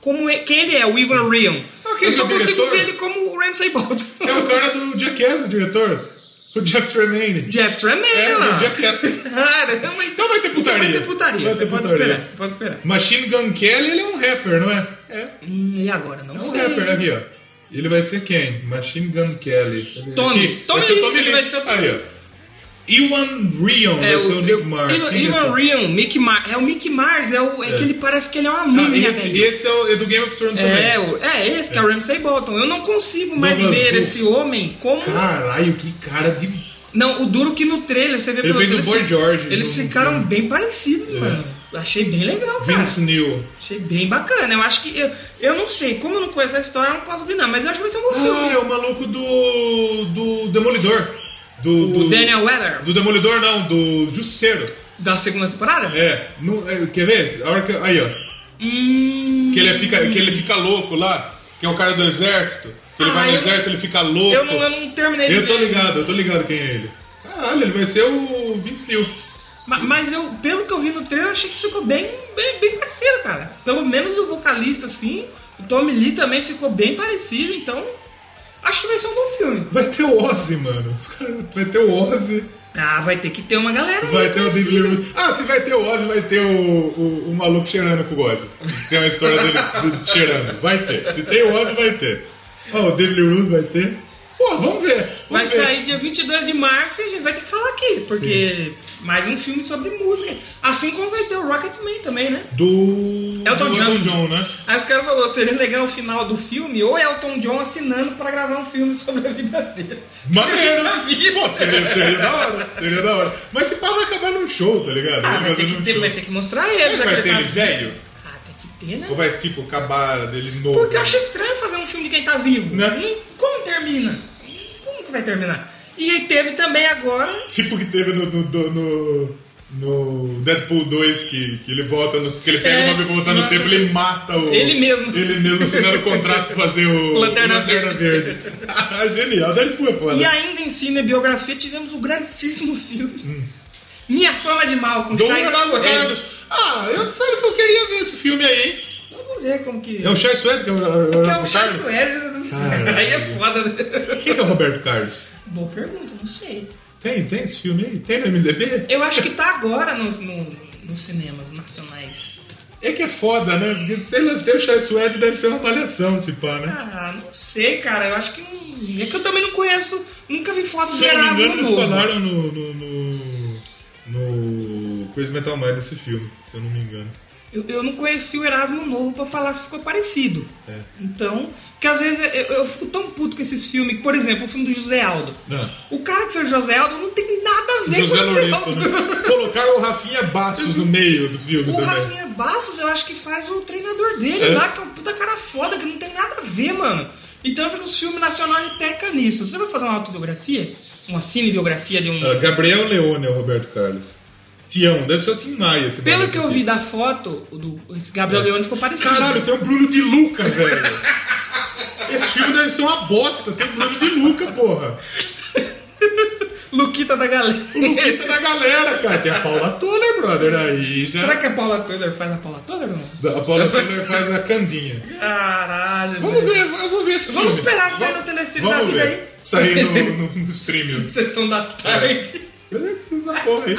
como é- quem ele é, o Ivan Ryan.
Ah, quem
Eu
é
só
o
consigo
diretor?
ver ele como o Ramsey Bolton.
É o cara do Jackass, o diretor. O Jeff Tremaine.
Jeff Tremaine,
É,
lá.
o Jackass.
Caramba, Ah. então
Então vai ter putaria.
vai ter putaria.
Vai
você
ter
pode
putaria.
esperar, você pode esperar.
Machine Gun Kelly, ele é um rapper, não é? É.
Hum, E agora? Não
É um
sei.
rapper aqui, ó. Ele vai ser quem? Machine Gun Kelly. Cadê?
Tommy.
Aqui.
Tommy
vai ser o
Lee,
Tommy
ele
Lee.
vai ser o Tommy
Aí, ó. Iwan Rion
É
vai ser
o
o Nick Mars.
Ivan-
Quem que é
Ivan
esse?
Rion, Mick Mars. É o Mick Mars, é, o, é, que ele parece que ele é uma
Ah,
múmia,
esse,
velho.
esse é, o, é do Game of Thrones
É,
também.
o- é esse que é o Ramsay Bolton. Eu não consigo mais
Douglas
ver
Duke.
esse homem como.
Caralho, que cara de.
Não, o duro que no trailer você vê
Ele fez o
eles
Boy
fi-
George
Eles
no-
ficaram
no-
bem parecidos, mano. Achei bem legal, cara.
Vince Neil.
Achei bem bacana. Eu acho que. Eu, eu não sei, como eu não conheço a história, eu não posso opinar, mas eu acho que vai ser um bom
Ah,
filme.
é o maluco do. do Demolidor. Do,
O
do-
Daniel Weather,
Do Demolidor, não, do Jusceiro.
da segunda temporada?
É, no- é, quer ver? A hora que, aí, ó.
Hum,
Que ele, fica, que ele fica louco lá, que é o cara do exército. Que ele
Ah,
vai no
eu-
exército, ele fica louco.
eu, não, eu não terminei de
Eu tô
ver.
ligado, eu tô ligado quem é ele. Caralho, ele vai ser o Vince Neil.
Ma- Mas eu, pelo que eu vi no trailer, eu achei que ficou bem, bem, bem parecido, cara. Pelo menos o vocalista, assim, o Tommy Lee também ficou bem parecido, então acho que vai ser um bom filme.
Vai ter o Ozzy, mano. Os caras- vai ter o Ozzy.
Ah, vai ter que ter uma galera aí né?
Vai ter o
conhecida.
David Lee. Ah, se vai ter o Ozzy, vai ter o, o, o maluco cheirando com o Ozzy. Tem uma história dele do- cheirando. Vai ter. Se tem o Ozzy, vai ter. Ó, o David Lee Roth vai ter. Pô, vamos ver. Vamos
Vai
ver.
sair dia 22 de março e a gente vai ter que falar aqui, porque mais um filme sobre música. Assim como vai ter o Rocketman também, né?
Do.
Elton
do
John.
Elton John, né?
Aí os caras falaram, seria legal o final do filme ou Elton John assinando pra gravar um filme sobre a vida dele.
Maneiro.
Nunca vi.
Pô, seria, seria da hora. Seria da hora. Mas esse pau vai acabar num show, tá ligado?
Ah, vai
fazer
ter que
num
ter,
show.
vai ter que mostrar ele,
Será
já
que vai
ele
ter
tá
ele velho?
Ah, tem que ter, né?
Ou vai, tipo, acabar dele novo?
Porque eu acho estranho fazer um filme de quem tá vivo.
Né?
Hum, Como termina? Hum, Como que vai terminar? E aí teve também agora.
Tipo que teve no, no, do- no, no Deadpool 2, que, que ele volta, no- que ele pega
É,
o nome pra voltar no
mata.
tempo ele mata o.
Ele mesmo.
Ele mesmo assinando o contrato pra fazer o.
Lanterna
o Verde. Genial, Deadpool é foda.
E ainda em cinebiografia tivemos o grandíssimo filme. Minha fama de mal com
Do
Chai
Ronaldo Carlos.
Suede.
um Ah, eu sabe que eu queria ver esse filme aí, hein?
Vamos ver como que.
É o Chai Suede que é o.
que é o Chai
Carlos?
Suede.
Caralho.
Aí é foda, né?
Quem que é o Roberto Carlos?
Boa pergunta, não sei.
Tem, tem esse filme aí? Tem no MDB?
Eu acho que tá agora nos, no- nos cinemas nacionais.
É que é foda, né? Porque, sei lá, se tem o Chai Suede, deve ser uma palhação esse pá, né?
Ah, não sei, cara. Eu acho que não. É que eu também não conheço. Nunca vi foto
Se
do
eu não me
Erasmo
engano,
no
eles
novo.
falaram no, no, no, no Crazy Metal Mind desse filme, se eu não me engano.
Eu, eu não conheci o Erasmo novo pra falar se ficou parecido.
É.
Então, porque às vezes eu, eu fico tão puto com esses filmes, por exemplo, o filme do José Aldo.
Não.
O cara que fez o José Aldo não tem nada a ver
José
com o José
Loreto,
Aldo.
né? Colocaram o Rafinha Bastos no meio do filme
O
também.
Rafinha Bastos, eu acho que faz o treinador dele
É.
lá, que é um puta cara foda, que não tem nada a ver, mano. Então eu fico o filme nacional ele teca nisso. Você vai fazer uma autobiografia? Uma cinebiografia de um.
Ah, Gabriel Leone é o Roberto Carlos. Tião, deve ser o Tim Maia. esse
Pelo
maluco
que eu
aqui.
vi da foto, o do, esse Gabriel Leone ficou parecido.
É. Caralho, tem o Bruno de Luca, velho. Esse filme deve ser uma bosta. Tem o Bruno de Luca, porra.
Luquita da galera.
Luquita da galera, cara. Tem a Paula Toller, brother. Aí já.
Será que a Paula Toller faz a Paula Toller ou não?
A Paula Toller faz a Candinha.
Caralho.
Vamos
velho.
ver, eu vou ver esse filme.
Vamos esperar sair no Telecine
Vamos
da vida
ver.
aí.
Sair no, no, no streaming.
Sessão da tarde.
É. Essa porra aí.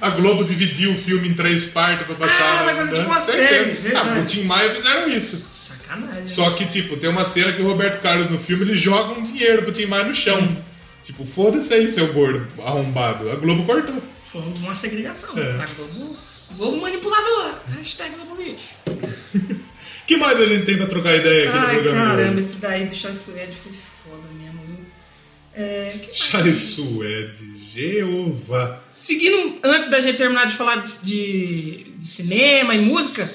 A Globo dividiu o filme em três partes pra passar.
Ah, vai fazer tipo uma série,
é série.
verdade.
Ah, o Tim Maia fizeram isso.
Sacanagem.
Só que, tipo, tem uma cena que o Roberto Carlos no filme ele joga um dinheiro pro Tim Maia no chão. Tipo, foda-se aí, seu gordo arrombado. A Globo cortou.
Foi uma segregação.
É.
A Globo, Globo manipulador. Hashtag Globo Lixo.
que mais a gente tem pra trocar ideia aqui no
Ai,
programa? de
caramba,
hoje?
esse daí do Chá Suede foi foda mesmo, viu? É, que mais?
Chai Suede, Jeová.
Seguindo, antes da gente terminar de falar de, de- de cinema e música,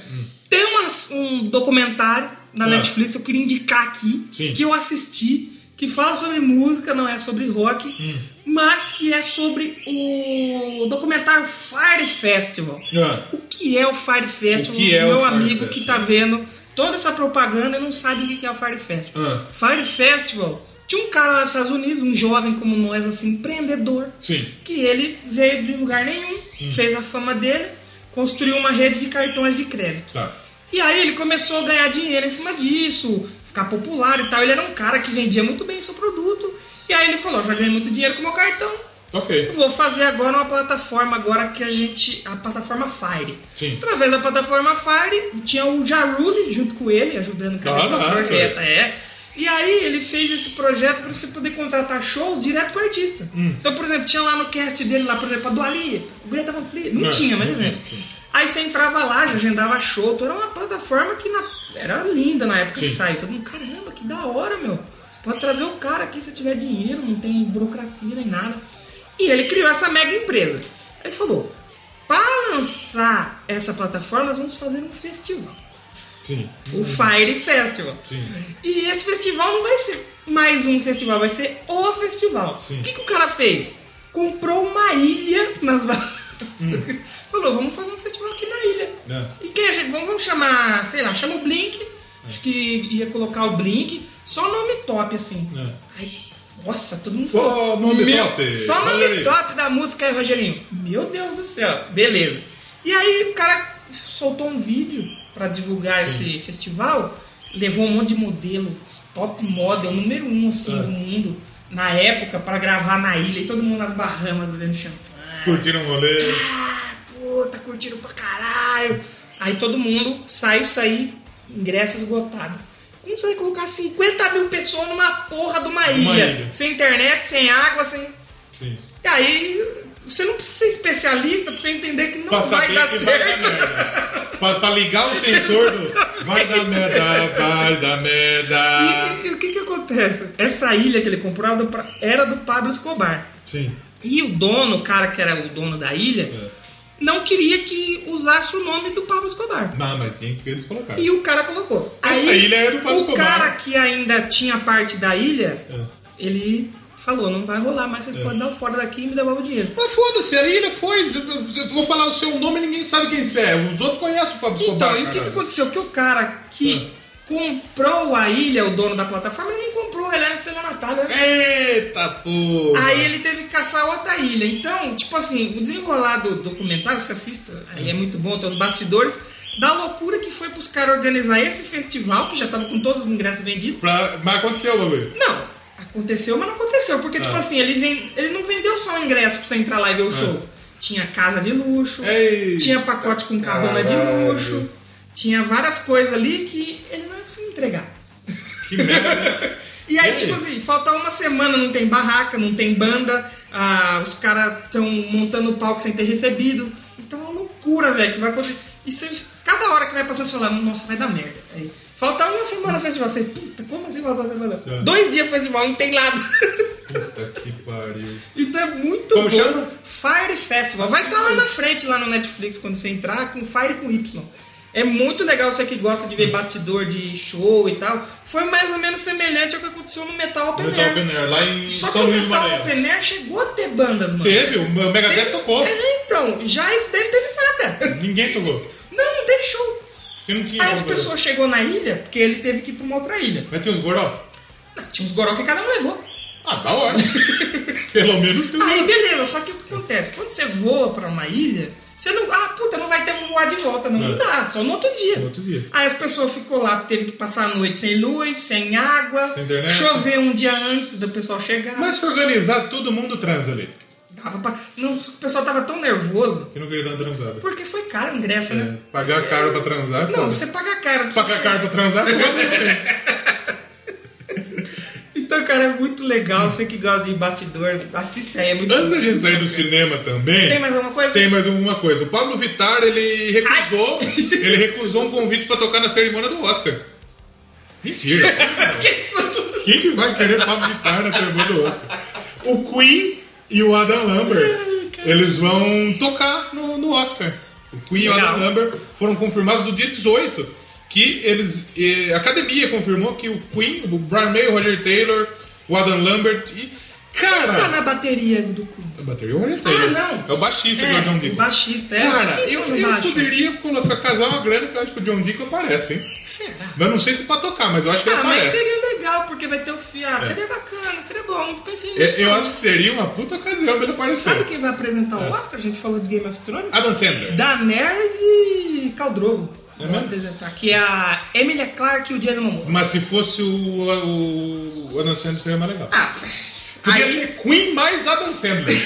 tem umas- um documentário na
Hum. Ah.
Netflix que eu queria indicar aqui,
Sim.
que eu assisti, que fala sobre música, não é sobre rock,
Hum.
mas que é sobre o documentário Fire Festival.
Ah,
O que é o Fire Festival?
O que é o
meu
Fire
amigo
Festival?
que tá vendo toda essa propaganda e não sabe o que que é o Fire Festival.
Ah.
Fire Festival tinha um cara lá nos Estados Unidos, um jovem como nós, assim, empreendedor,
sim.
que ele veio de lugar nenhum, fez a fama dele, construiu uma rede de cartões de crédito.
Tá.
E aí ele começou a ganhar dinheiro em cima disso, ficar popular e tal. Ele era um cara que vendia muito bem seu produto. E aí ele falou, já ganhei muito dinheiro com meu cartão,
Tá Ok.
Vou fazer agora uma plataforma agora que a gente. A plataforma Fire.
Sim.
Através da plataforma Fire, tinha o Jarulli junto com ele, ajudando com esse
Caraca.
projeto. É. E aí ele fez esse projeto para você poder contratar shows direto com o artista.
Hum.
Então, por exemplo, tinha lá no cast dele, lá, por exemplo, a Dualia, o Greta Van Fleet. Não
É,
tinha, mas
não tinha,
exemplo.
sim.
Aí você entrava lá, já agendava show, então era uma plataforma que na- era linda na época que
Sim.
saiu. Todo mundo, caramba, que da hora, meu. Você pode trazer o cara aqui se tiver dinheiro, não tem burocracia nem nada. E ele criou essa mega empresa. Aí ele falou, para lançar essa plataforma, nós vamos fazer um festival.
Sim.
O Fire Festival.
Sim.
E esse festival não vai ser mais um festival, vai ser o festival.
Sim.
O que, que o cara fez? Comprou uma ilha nas Bahamas.
Hum.
Falou, vamos fazer um festival aqui na ilha.
Né?
E quem a gente, vamos, vamos chamar, sei lá, chama o Blink.
É.
Acho que ia colocar o Blink. Só nome top, assim.
É.
Ai, nossa, todo mundo
Só nome top,
Só nome
Rogerinho.
top da música aí, Rogerinho. Meu Deus do céu. Beleza. E aí o cara soltou um vídeo pra divulgar esse festival. Levou um monte de modelo, top model, número um assim,
É.
do mundo, na época, pra gravar na ilha. E todo mundo nas Bahamas bebendo champanhe Ah,
Curtiram o rolê?
puta, curtiram pra caralho. Aí todo mundo saiu, sair, ingresso esgotado. Como você vai colocar 50 mil pessoas numa porra de uma
Numa
ilha?
ilha.
Sem internet, sem água, sem.
Sim.
E aí, você não precisa ser especialista pra você entender que não
pra
vai
saber
dar
que
certo.
vai dar merda. Pra, pra ligar o sensor do. Vai dar merda, vai dar merda.
E, e o que que acontece? Essa ilha que ele comprou era do pra- era do Pablo Escobar.
Sim.
E o dono, o cara que era o dono da ilha,
É.
não queria que usasse o nome do Pablo Escobar.
Não, mas tinha que eles colocaram.
E o cara colocou.
Essa ilha era do Pablo
O
Escobar.
cara que ainda tinha parte da ilha,
É.
ele falou, não vai rolar, mas vocês podem dar o fora daqui e me devolve o dinheiro.
Mas foda-se, a ilha foi. Eu vou falar o seu nome e ninguém sabe quem você é. Os outros conhecem o Pablo
Então,
Escobar,
e o que, que
caralho.
aconteceu? Que o cara que comprou a ilha, o dono da plataforma, ele não comprou, ele era estelionatário, né?
Eita porra!
Aí ele teve que caçar outra ilha. Então, tipo assim, o desenrolar do documentário, você assista, aí é muito bom, tem os bastidores, da loucura que foi pros caras organizar esse festival, que já tava com todos os ingressos vendidos.
Pra- Mas aconteceu o bagulho.
Não. Aconteceu, mas não aconteceu. Porque, tipo assim, ele, vem, ele não vendeu só o ingresso pra você entrar lá e ver o show. Tinha casa de luxo,
Eita,
tinha pacote com cabana de
caralho.
luxo, tinha várias coisas ali que ele não ia conseguir entregar.
Que merda. hein?
E aí,
E aí?
tipo assim, falta uma semana, não tem barraca, não tem banda, ah, os caras estão montando o palco sem ter recebido. Então é uma loucura, velho, que vai acontecer. E você, cada hora que vai passando, você fala, nossa, vai dar merda. Aí, falta uma semana o festival, você, puta, como assim falta uma semana?
É.
Dois dias pro festival, não tem nada.
Puta que pariu.
então é muito
Como
bom.
chama?
Fire Festival. Vai estar lá na frente, lá no Netflix, quando você entrar, com Fire com Y. É muito legal você que gosta de ver bastidor de show e tal. Foi mais ou menos semelhante ao que aconteceu no Metal Open
Metal
Air.
Open Air, lá em
Só que
São
o
Luís do
Metal
Maranhão.
Open Air chegou a ter bandas, mano.
Teve, o Megadeth
Teve-
tocou.
É, então, já esse daí não teve nada.
Ninguém tocou.
Não, não teve show.
Eu não tinha
Aí as
como fazer.
pessoas chegou na ilha, porque ele teve que ir pra uma outra ilha.
Mas tinha os goró.
Não, Tinha uns goró que cada um levou.
Ah, da hora. Pelo menos tem um.
Aí beleza, só que o que acontece? Quando você voa pra uma ilha, você não. Ah, puta, não vai ter voar de volta, não. Não
É.
dá, só no outro dia.
No outro dia.
Aí as pessoas ficou lá, teve que passar a noite sem luz, sem água,
Sem internet.
chover um dia antes do pessoal chegar.
Mas se organizar, todo mundo transa ali.
Dava pra- Não, o pessoal tava tão nervoso,
Eu não queria dar uma transada.
porque foi caro o ingresso,
É,
né?
pagar caro pra transar?
Não,
pô.
você paga caro.
Pagar caro pra transar? pô.
Então, cara, é muito legal. Você que gosta de bastidor, assista aí. É muito
Antes da gente sair do cinema também,
Tem mais alguma coisa?
tem mais alguma coisa. O Pablo Vittar, ele recusou, ele recusou um convite pra tocar na cerimônia do Oscar. Mentira.
Que isso?
Quem que vai querer Pablo Vittar na cerimônia do Oscar? O Queen e o Adam Lambert, eles vão tocar no, no Oscar. O Queen e o
Legal.
Adam Lambert foram confirmados no dia 18, que eles... eh, a academia confirmou que o Queen, o Brian May, o Roger Taylor, o Adam Lambert e... Cara...
Tá na bateria do cu.
É bateria ou Roger
Ah,
Taylor?
não.
É o baixista que é o John Deacon.
Baixista, é.
Cara,
Quem
eu,
tá no
eu
baixo?
poderia colocar, casar uma grana que eu acho que o John Deacon aparece, hein?
Será?
Mas não sei se pra tocar, mas eu acho que ele
Ah, mas
aparece.
seria legal, porque vai ter o fio. Ah, seria bacana, seria bom. Não pensei nisso.
É, eu
não.
acho que É. seria uma puta ocasião pra ele aparecer.
Sabe quem vai apresentar o Oscar? A gente falou de Game of Thrones.
Adam Sandler.
Daenerys e Caldrogo.
Ah. É
Vão
mesmo?
apresentar. Que é a Emilia Clarke e o Jason Momoa.
Mas se fosse o, o Adam Sandler seria mais legal.
Ah,
Podia
aí-
ser Queen mais Adam Sandler.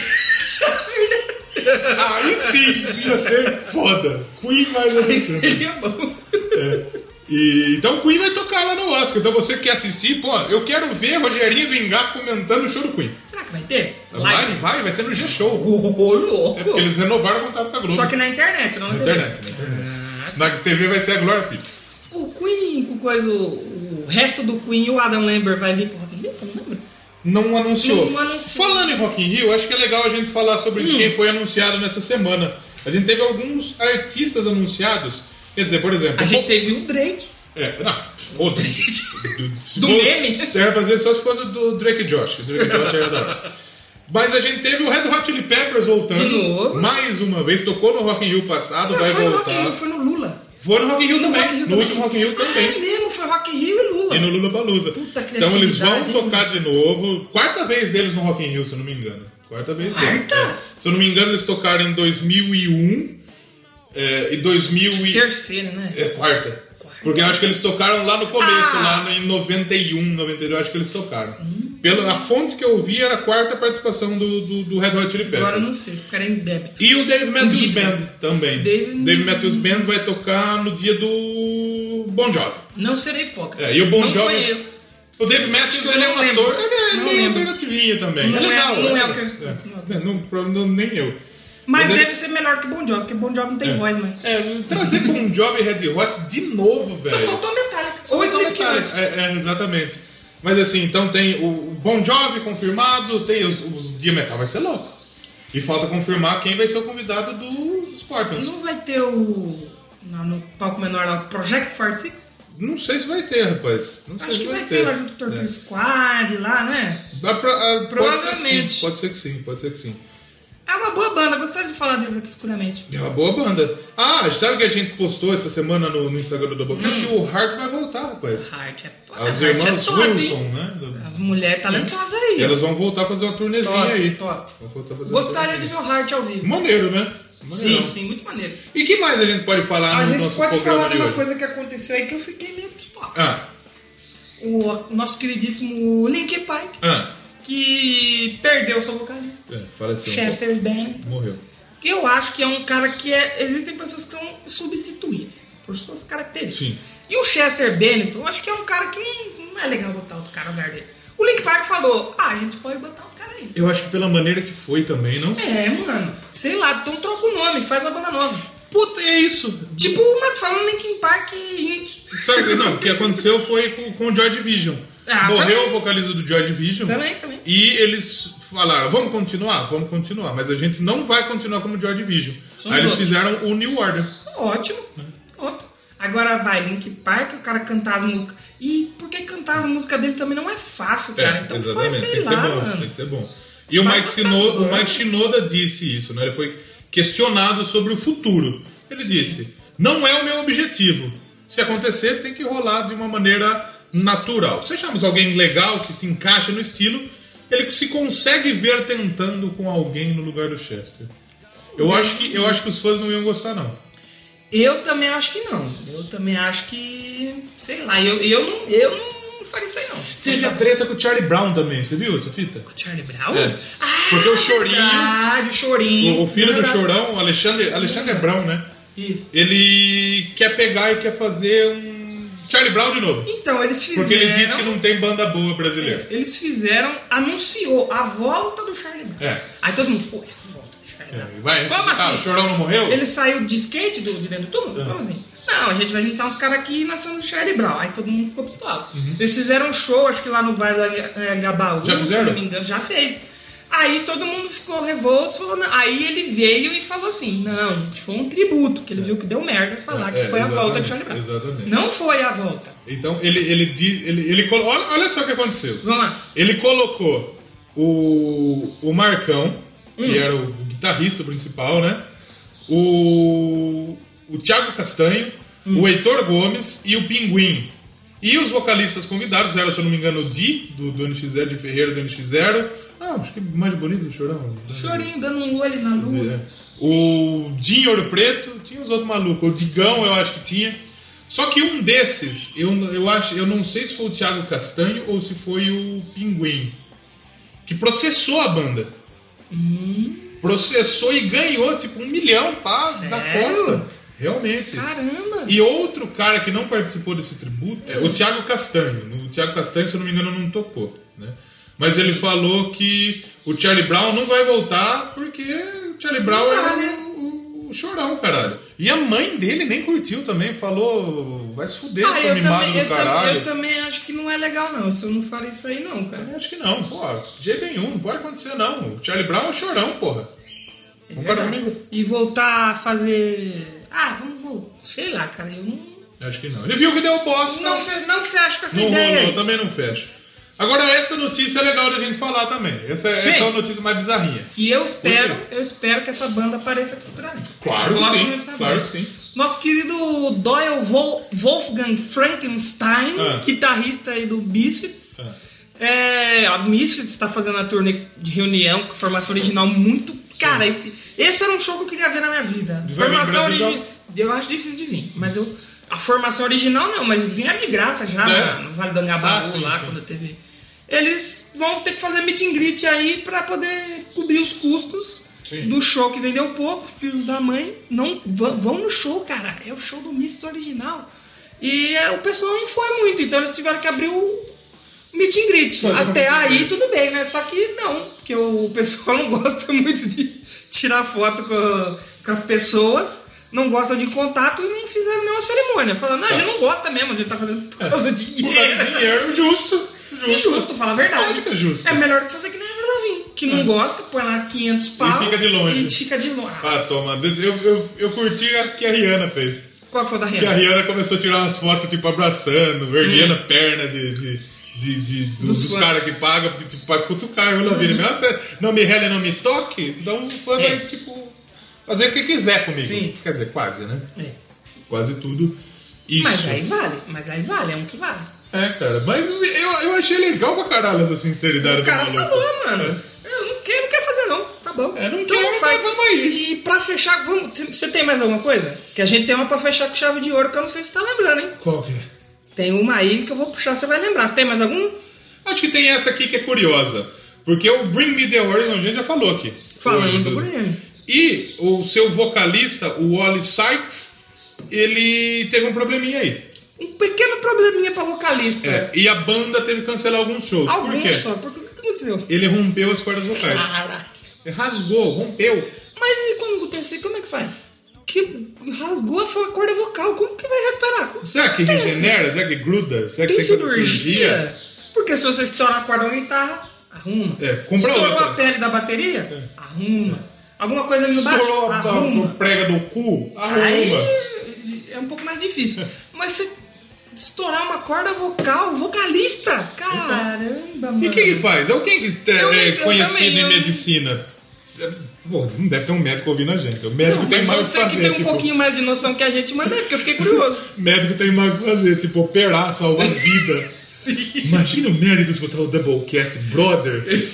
Aí sim, ia ser foda. Queen mais Adam
aí
Sandler.
seria bom.
É. E, então o Queen vai tocar lá no Oscar. Então você que quer assistir, pô, eu quero ver Rogerinho do Engar comentando o show do Queen.
Será que vai ter?
Vai, vai, vai ser no G-Show.
Ô,
É porque
louco!
eles renovaram o contrato com a Globo.
Só que na internet, não na,
na
TV.
internet, na internet. Na TV vai ser a Glória Pires.
O Queen, com coisa, o, o resto do Queen e o Adam Lambert vai vir pro Rock in Rio? Eu Não lembro.
Não anunciou.
Não anunciou. Hum.
Falando em Rock in Rio, acho que é legal a gente falar sobre isso, quem foi anunciado nessa semana. A gente teve alguns artistas anunciados. Quer dizer, por exemplo...
A gente teve o Drake.
É, não, foda-se. Do, se
Do
fosse-
meme.
se era pra fazer só se fosse do Drake Josh. O Drake Josh era da hora. Mas a gente teve o Red Hot Chili Peppers voltando.
De novo.
Mais uma vez. Tocou no Rock in Rio passado,
Não,
vai
Ah, foi Uhum. no
voltar.
Rock in Rio, foi no Lula.
Foi no Rock in Rio também.
Rock in Rio
no
também.
último Rock in Rio também.
É mesmo, foi Rock in Rio e Lula.
E no Lula Palusa.
Puta
Então eles vão
criatividade, hein?
tocar de novo. Quarta vez deles no Rock in Rio, se eu não me engano. Quarta vez deles.
Quarta?
É. Se eu não me engano, eles tocaram em 2001 é, e 2000 e...
Terceira, né?
É quarta. Porque eu acho que eles tocaram lá no começo,
Ah.
lá em 91, 92, eu acho que eles tocaram. Pela a fonte que eu vi era a quarta participação do, do, do Red Hot Chili Peppers.
Agora eu não sei, ficarei em débito.
E o Dave Matthews
Dívida.
Band também.
Dave-
Dave Matthews Band vai tocar no dia do Bon Jovi.
Não serei hipócrita.
É, e o Bon
não
Jovi-
conheço.
O Dave
Acho
Matthews,
que eu
ele é
não
um
lembro.
ator, ele é
Não
meio
lembro.
alternativinho também.
Não
é
é-
legal.
não
né?
é o que eu escuto, não é o que eu
É, não, pro- não, nem eu.
Mas,
Mas ele-
deve ser melhor que Bon Jovi, porque Bon Jovi não tem voz, né?
É, trazer Bon Jovi e Red Hot de novo, velho.
Só faltou Metallica.
É. Só
Ou
faltou
Slipknot.
detalhe. É, é, exatamente. Mas assim, então tem o Bon Jovi confirmado, tem os, os Dia Metal, vai ser louco. E falta confirmar quem vai ser o convidado do Scorpions. Não,
Não vai ter o... na- No palco menor lá, o Project 46?
sei se vai ter, rapaz. Não sei
Acho
se
que vai
ter.
ser lá junto com o Torture
É.
Squad, lá, né?
Dá pra- ah,
Provavelmente.
Pode ser que sim, pode ser que sim. Pode ser que sim.
É uma boa banda, gostaria de falar deles aqui futuramente.
É uma boa banda. Ah, sabe o que a gente postou essa semana no, no Instagram do
Hum.
Doublecast? Que o Hart vai voltar, rapaz.
Heart é pô,
As
Heart é
irmãs
top, hein?
Wilson, né? Do-
As mulheres talentosas aí.
Elas vão voltar a fazer uma turnezinha
top,
aí.
top.
Vão voltar a fazer uma
Gostaria de
turnezinha.
ver o Heart ao vivo.
Maneiro, né?
Sim,
Maneirão.
sim, muito maneiro.
E que mais a gente pode falar
a
no
gente
nosso
pode
programa
falar de
de
uma
hoje?
coisa que aconteceu aí que eu fiquei meio pistola.
Ah,
o nosso queridíssimo Link Park,
Ah,
que perdeu seu vocalista,
é, fala assim.
Chester Bennett.
Morreu.
Que eu acho que é um cara que é. Existem pessoas que são substituíveis por suas características.
Sim.
E o Chester Bennett, eu acho que é um cara que não, não é legal botar outro cara no lugar dele. O Link Park falou: ah, a gente pode botar outro cara aí.
Eu acho que pela maneira que foi também, não?
É, mano, sei lá, então troca o nome, faz uma banda nova.
Puta, é isso.
Tipo o Matt falando Linkin Park Inc.
Sabe, o que- não, o que aconteceu foi com, com o Joy Division.
Ah, Tá
Morreu
também.
o vocalista do Joy Division.
Também, também.
E eles falaram, vamos continuar? Vamos continuar. Mas a gente não vai continuar como Joy Division.
Somos
Aí eles
outros.
fizeram o New Order.
Ótimo. Ótimo. Agora vai, Link Park, o cara cantar as músicas. E porque cantar as músicas dele também não é fácil, cara. então foi, sei
tem que
lá,
ser bom,
mano.
tem que ser bom. E o
Faz
Mike,
um
Shinoda,
trabalho.
o Mike Shinoda disse isso, né? Ele foi questionado sobre o futuro. Ele disse: "Não é o meu objetivo. Se acontecer, tem que rolar de uma maneira natural. Se achamos alguém legal que se encaixa no estilo, ele se consegue ver tentando com alguém no lugar do Chester. Eu acho que eu acho que os fãs não iam gostar não.
Eu também acho que não. Eu também acho que. Sei lá, eu, eu, não, eu não faria isso aí não.
Teve a treta com o Charlie Brown também, você viu essa fita? Ah,
O Charlie Brown?
É.
Ah,
Porque É. o Chorinho-
é Verdade, o chorinho. É
O, o filho do
Verdade.
Chorão, o Alexandre, Alexandre Brown, né?
Isso.
ele quer pegar e quer fazer um Charlie Brown de novo.
Então, eles fizeram.
Porque ele disse que não tem banda boa brasileira.
Eles fizeram, anunciou a volta do Charlie Brown.
É.
Aí todo mundo, pô, é a volta do Charlie Brown.
E Vai,
Como
ah, o
assim?
Chorão não morreu?
Ele saiu de skate do, de dentro do túmulo? Como assim? Não, a gente vai juntar uns caras aqui e nós somos o Charlie Brown. Aí todo mundo ficou pistola. Eles fizeram um show, acho que lá no bairro da eh, Gabaú,
Uhum. Já
se eu
fizeram?
não me engano, já fez. Aí todo mundo ficou revolto, falou, não. aí ele veio e falou assim, não, gente, foi um tributo, que ele viu que deu merda e falar
É,
que foi a volta de Charlie
exatamente,
Brown.
exatamente.
Não foi a volta.
Então ele, ele diz. Ele, ele, colo- olha, olha só o que aconteceu.
Vamos lá.
Ele colocou o, o Marcão, que era o guitarrista principal, né? O, o Thiago Castanho, o Heitor Gomes e o Pinguim. E os vocalistas convidados eram, se eu não me engano, o Di, do, do NX0, de Ferreira do NX0. Ah, acho que mais bonito o Chorão. né?
Chorinho dando um olho na lua.
Uhum. É. O Dinho Ouro Preto, tinha os outros malucos. O Digão, eu acho que tinha. Só que um desses, eu, eu acho, eu não sei se foi o Thiago Castanho ou se foi o Pinguim, que processou a banda. Processou e ganhou tipo um milhão pá, da
Sério?
costa. Realmente.
Caramba!
E outro cara que não participou desse tributo é o Thiago Castanho. O Thiago Castanho, se eu não me engano, não tocou. Né? Mas ele falou que o Charlie Brown não vai voltar porque o Charlie Brown
Não dá,
era o-
né?
o, o chorão, caralho. E a mãe dele nem curtiu também, falou: vai se fuder,
Ah,
seu
eu
mimado
também,
do
eu, tam-
caralho.
eu também acho que não é legal, não. Se eu não falar isso aí, não, cara.
Eu Acho que não, pô, de jeito nenhum, não pode acontecer não. O Charlie Brown é o chorão, porra.
É
Concorda
verdade.
comigo?
E voltar a fazer. Ah, vamos voltar. Sei lá, cara. Eu não.
Eu Acho que não. Ele viu que deu bosta.
Não, fe- não fecho com essa
Não tá-
ideia
rolou,
aí.
também não fecha. Agora, essa notícia é legal da gente falar também. Essa,
Sim.
essa é a notícia mais bizarrinha.
Que eu espero,
Por
eu espero que essa banda apareça aqui futuramente.
Claro
Eu
que
gosto
sim,
muito dessa
claro
banda.
que sim.
Nosso querido Doyle Vol- Wolfgang Frankenstein,
Ah.
guitarrista aí do Misfits.
Ah.
É, a Misfits está fazendo a turnê de reunião com formação original muito. Cara, esse era um show que eu queria ver na minha vida.
Vai vir
formação
Brasil,
original. Eu acho difícil de vir, mas eu. A formação original não, mas eles vieram de graça já né,
É.
no- no Vale do Angabaú,
Ah, sim,
lá
sim.
quando teve. Eles vão ter que fazer meet and greet aí pra poder cobrir os custos
Sim.
do show que vendeu pouco, filhos da mãe. Não vão, vão no show, cara. É o show do Miss original. E é, o pessoal não foi muito, então eles tiveram que abrir o meet and greet.
Fazer um
Até
meet and
aí
greet.
tudo bem, né? Só que não, porque o pessoal não gosta muito de tirar foto com, com as pessoas. Não gostam de contato e não fizeram nenhuma cerimônia. Falando, não, a gente não gosta mesmo, a gente tá fazendo por causa de
Por causa
dinheiro.
É. de dinheiro, justo. É Justo,
É Justo, fala a verdade.
Lógico que é justo. É.
É melhor que fazer que nem a Avril Lavigne, que não gosta, põe lá 500 pau.
fica de longe.
E fica de longe.
Ah, toma. Eu, eu, eu curti a que a Rihanna fez.
Qual foi o da
Que a
Rihanna?
Rihanna começou a tirar umas fotos, tipo, abraçando, erguendo a perna de... de... De, de- do-
Hum. Dos
dos
fãs.
caras que pagam, porque tipo, vai cutucar, eu não vi. Não me rele, não me toque, então o fã
É.
vai, tipo, fazer o que quiser comigo.
Sim.
Quer dizer, quase, né?
É.
quase tudo. Isso.
Mas aí vale, mas aí vale, é um que vale.
É, cara, mas eu, eu achei legal pra caralho essa sinceridade
O cara
do maluco.
falou, mano. Eu não quero, não quero fazer não. Tá bom.
É, não
então
quero,
faz.
então vamos aí.
E pra fechar, vamos. Você tem mais alguma coisa? Que a gente tem uma pra fechar com chave de ouro que eu não sei se você tá lembrando, hein?
Qual que é?
Tem uma aí que eu vou puxar, você vai lembrar. Você tem mais algum?
Acho que tem essa aqui que é curiosa. Porque o Bring Me The Horizon a gente já falou aqui.
Falamos
Horizon.
do Grêmio.
E o seu vocalista, o Wally Sykes, ele teve um probleminha aí.
Um pequeno probleminha pra vocalista.
É, e a banda teve que cancelar alguns shows. Por
Algum
quê?
só. Por que o que aconteceu?
Ele rompeu as cordas vocais.
Caraca.
Rasgou, rompeu.
Mas e quando acontece, como é que faz? Que rasgou a sua corda vocal, como que vai recuperar? Como-
Será que
Acontece.
regenera? Será que gruda? Será que
Tem
tem que fazer
cirurgia? Porque se você estourar a corda da guitarra, arruma.
É, compra
Estourou
outra. É.
a pele da bateria, arruma. Alguma coisa ali no baixo,
Estourou a, a, a
arruma.
prega do cu? Arruma.
Aí é um pouco mais difícil. Mas você estourar uma corda vocal, vocalista, caramba, mano.
E quem que faz? É o quem que é,
Eu-
é
eu
conhecido
também, eu-
em medicina? Pô, não deve ter um médico ouvindo a gente. O médico
Não,
tem
mas
mais o que
você que
fazer.
tem um
tipo,
pouquinho mais de noção que a gente, manda aí, porque eu fiquei curioso.
Médico tem mais o que fazer, tipo, operar, salvar vida. Imagina o médico escutar o Doublecast, brother.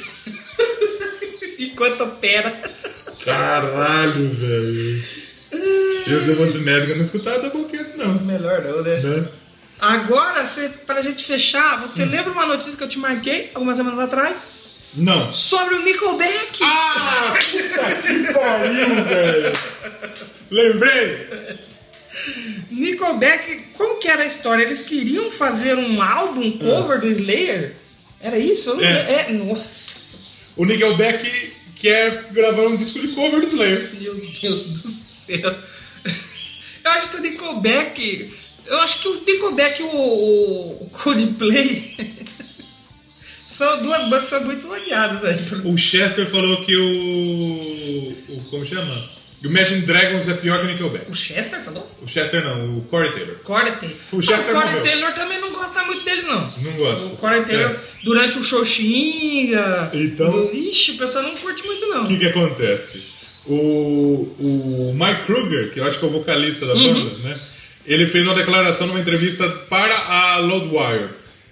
Enquanto opera.
Caralho, velho. Eu, se eu fosse médico, eu não escutava Doublecast, não.
Melhor não, né?
Né?
Agora, cê, pra gente fechar, você lembra uma notícia que eu te marquei algumas semanas atrás?
Não.
Sobre o Nickelback!
Ah, puta que pariu, velho. Lembrei.
Nickelback, como que era a história? Eles queriam fazer um álbum cover do Slayer? Era isso? Eu não
É.
le- é, nossa,
O Nickelback quer gravar um disco de cover do Slayer.
meu Deus do céu. Eu acho que o Nickelback... Eu acho que o Nickelback e o, o Coldplay... são duas bandas que são muito odiadas aí. pelo-
O Chester falou que o. o como chama? O Imagine Dragons é pior que o Nickelback.
O Chester falou?
O Chester não, o Corey Taylor.
Corey Taylor.
O Chester
Ah, Corey
morreu.
Taylor também não gosta muito deles, não.
Não gosta.
O Corey Taylor,
É.
durante o show xinga.
Então?
Ixi, o pessoal não curte muito, não.
O que que acontece? O, o Mike Kruger, que eu acho que é o vocalista da banda, né? Ele fez uma declaração numa entrevista para a Loudwire,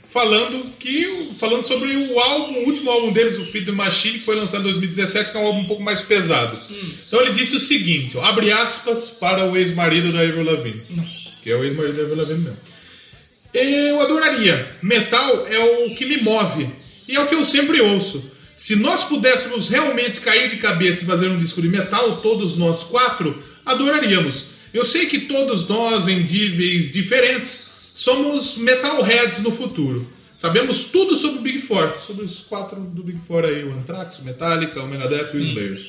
falando que falando sobre o álbum, o último álbum deles, o Feed the Machine, que foi lançado em 2017, que é um álbum um pouco mais pesado. Então ele disse o seguinte, ó, abre aspas para o ex-marido da Avril Lavigne,
Nossa.
que é o ex-marido da Avril Lavigne mesmo. Eu adoraria. Metal é o que me move. E é o que eu sempre ouço. Se nós pudéssemos realmente cair de cabeça e fazer um disco de metal, todos nós quatro, adoraríamos. Eu sei que todos nós, em níveis diferentes, somos metalheads no futuro. Sabemos tudo sobre o Big Four, sobre os quatro do Big Four aí, o Anthrax, o Metallica, o Megadeth e o Slayer.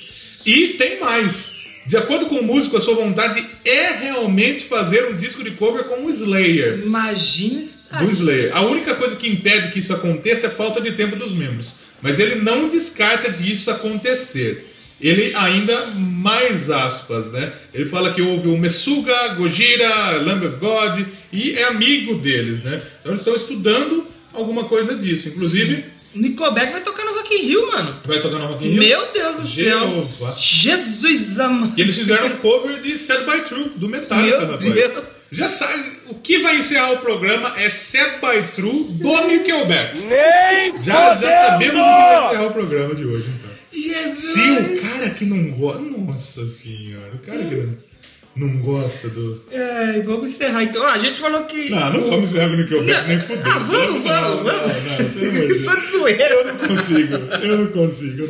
E tem mais. De acordo com o músico, a sua vontade é realmente fazer um disco de cover com o Slayer
Imagina isso.
do Slayer. A única coisa que impede que isso aconteça é a falta de tempo dos membros. Mas ele não descarta de isso acontecer. Ele ainda mais aspas, né? Ele fala que houve o Messuga, Gojira, Lamb of God e é amigo deles, né? Então eles estão estudando alguma coisa disso. Inclusive,
O Nickelback vai tocar no Rock in Rio, mano.
vai tocar no Rock in Rio.
Meu Deus do
Jeová.
céu. Jesus amado.
E eles fizeram um cover de Sad by True, do Metallica,
Meu
rapaz.
Deus.
Já sabe, o que vai encerrar o programa é Sad by True do Nickelback. Já, já sabemos o que vai encerrar o programa de hoje, então.
Jesus.
Se o cara que não gosta. Nossa senhora, o cara que não, não gosta do.
É, vamos encerrar então. Ó, a gente falou que.
Não, não
o-
vamos encerrar com o Nickelback,
Não.
nem fudeu.
Ah, vamos,
Não,
vamos,
Não, não, pelo amor de
vamos.
Deus.
Só de zoeira.
Eu não consigo, eu não consigo, eu não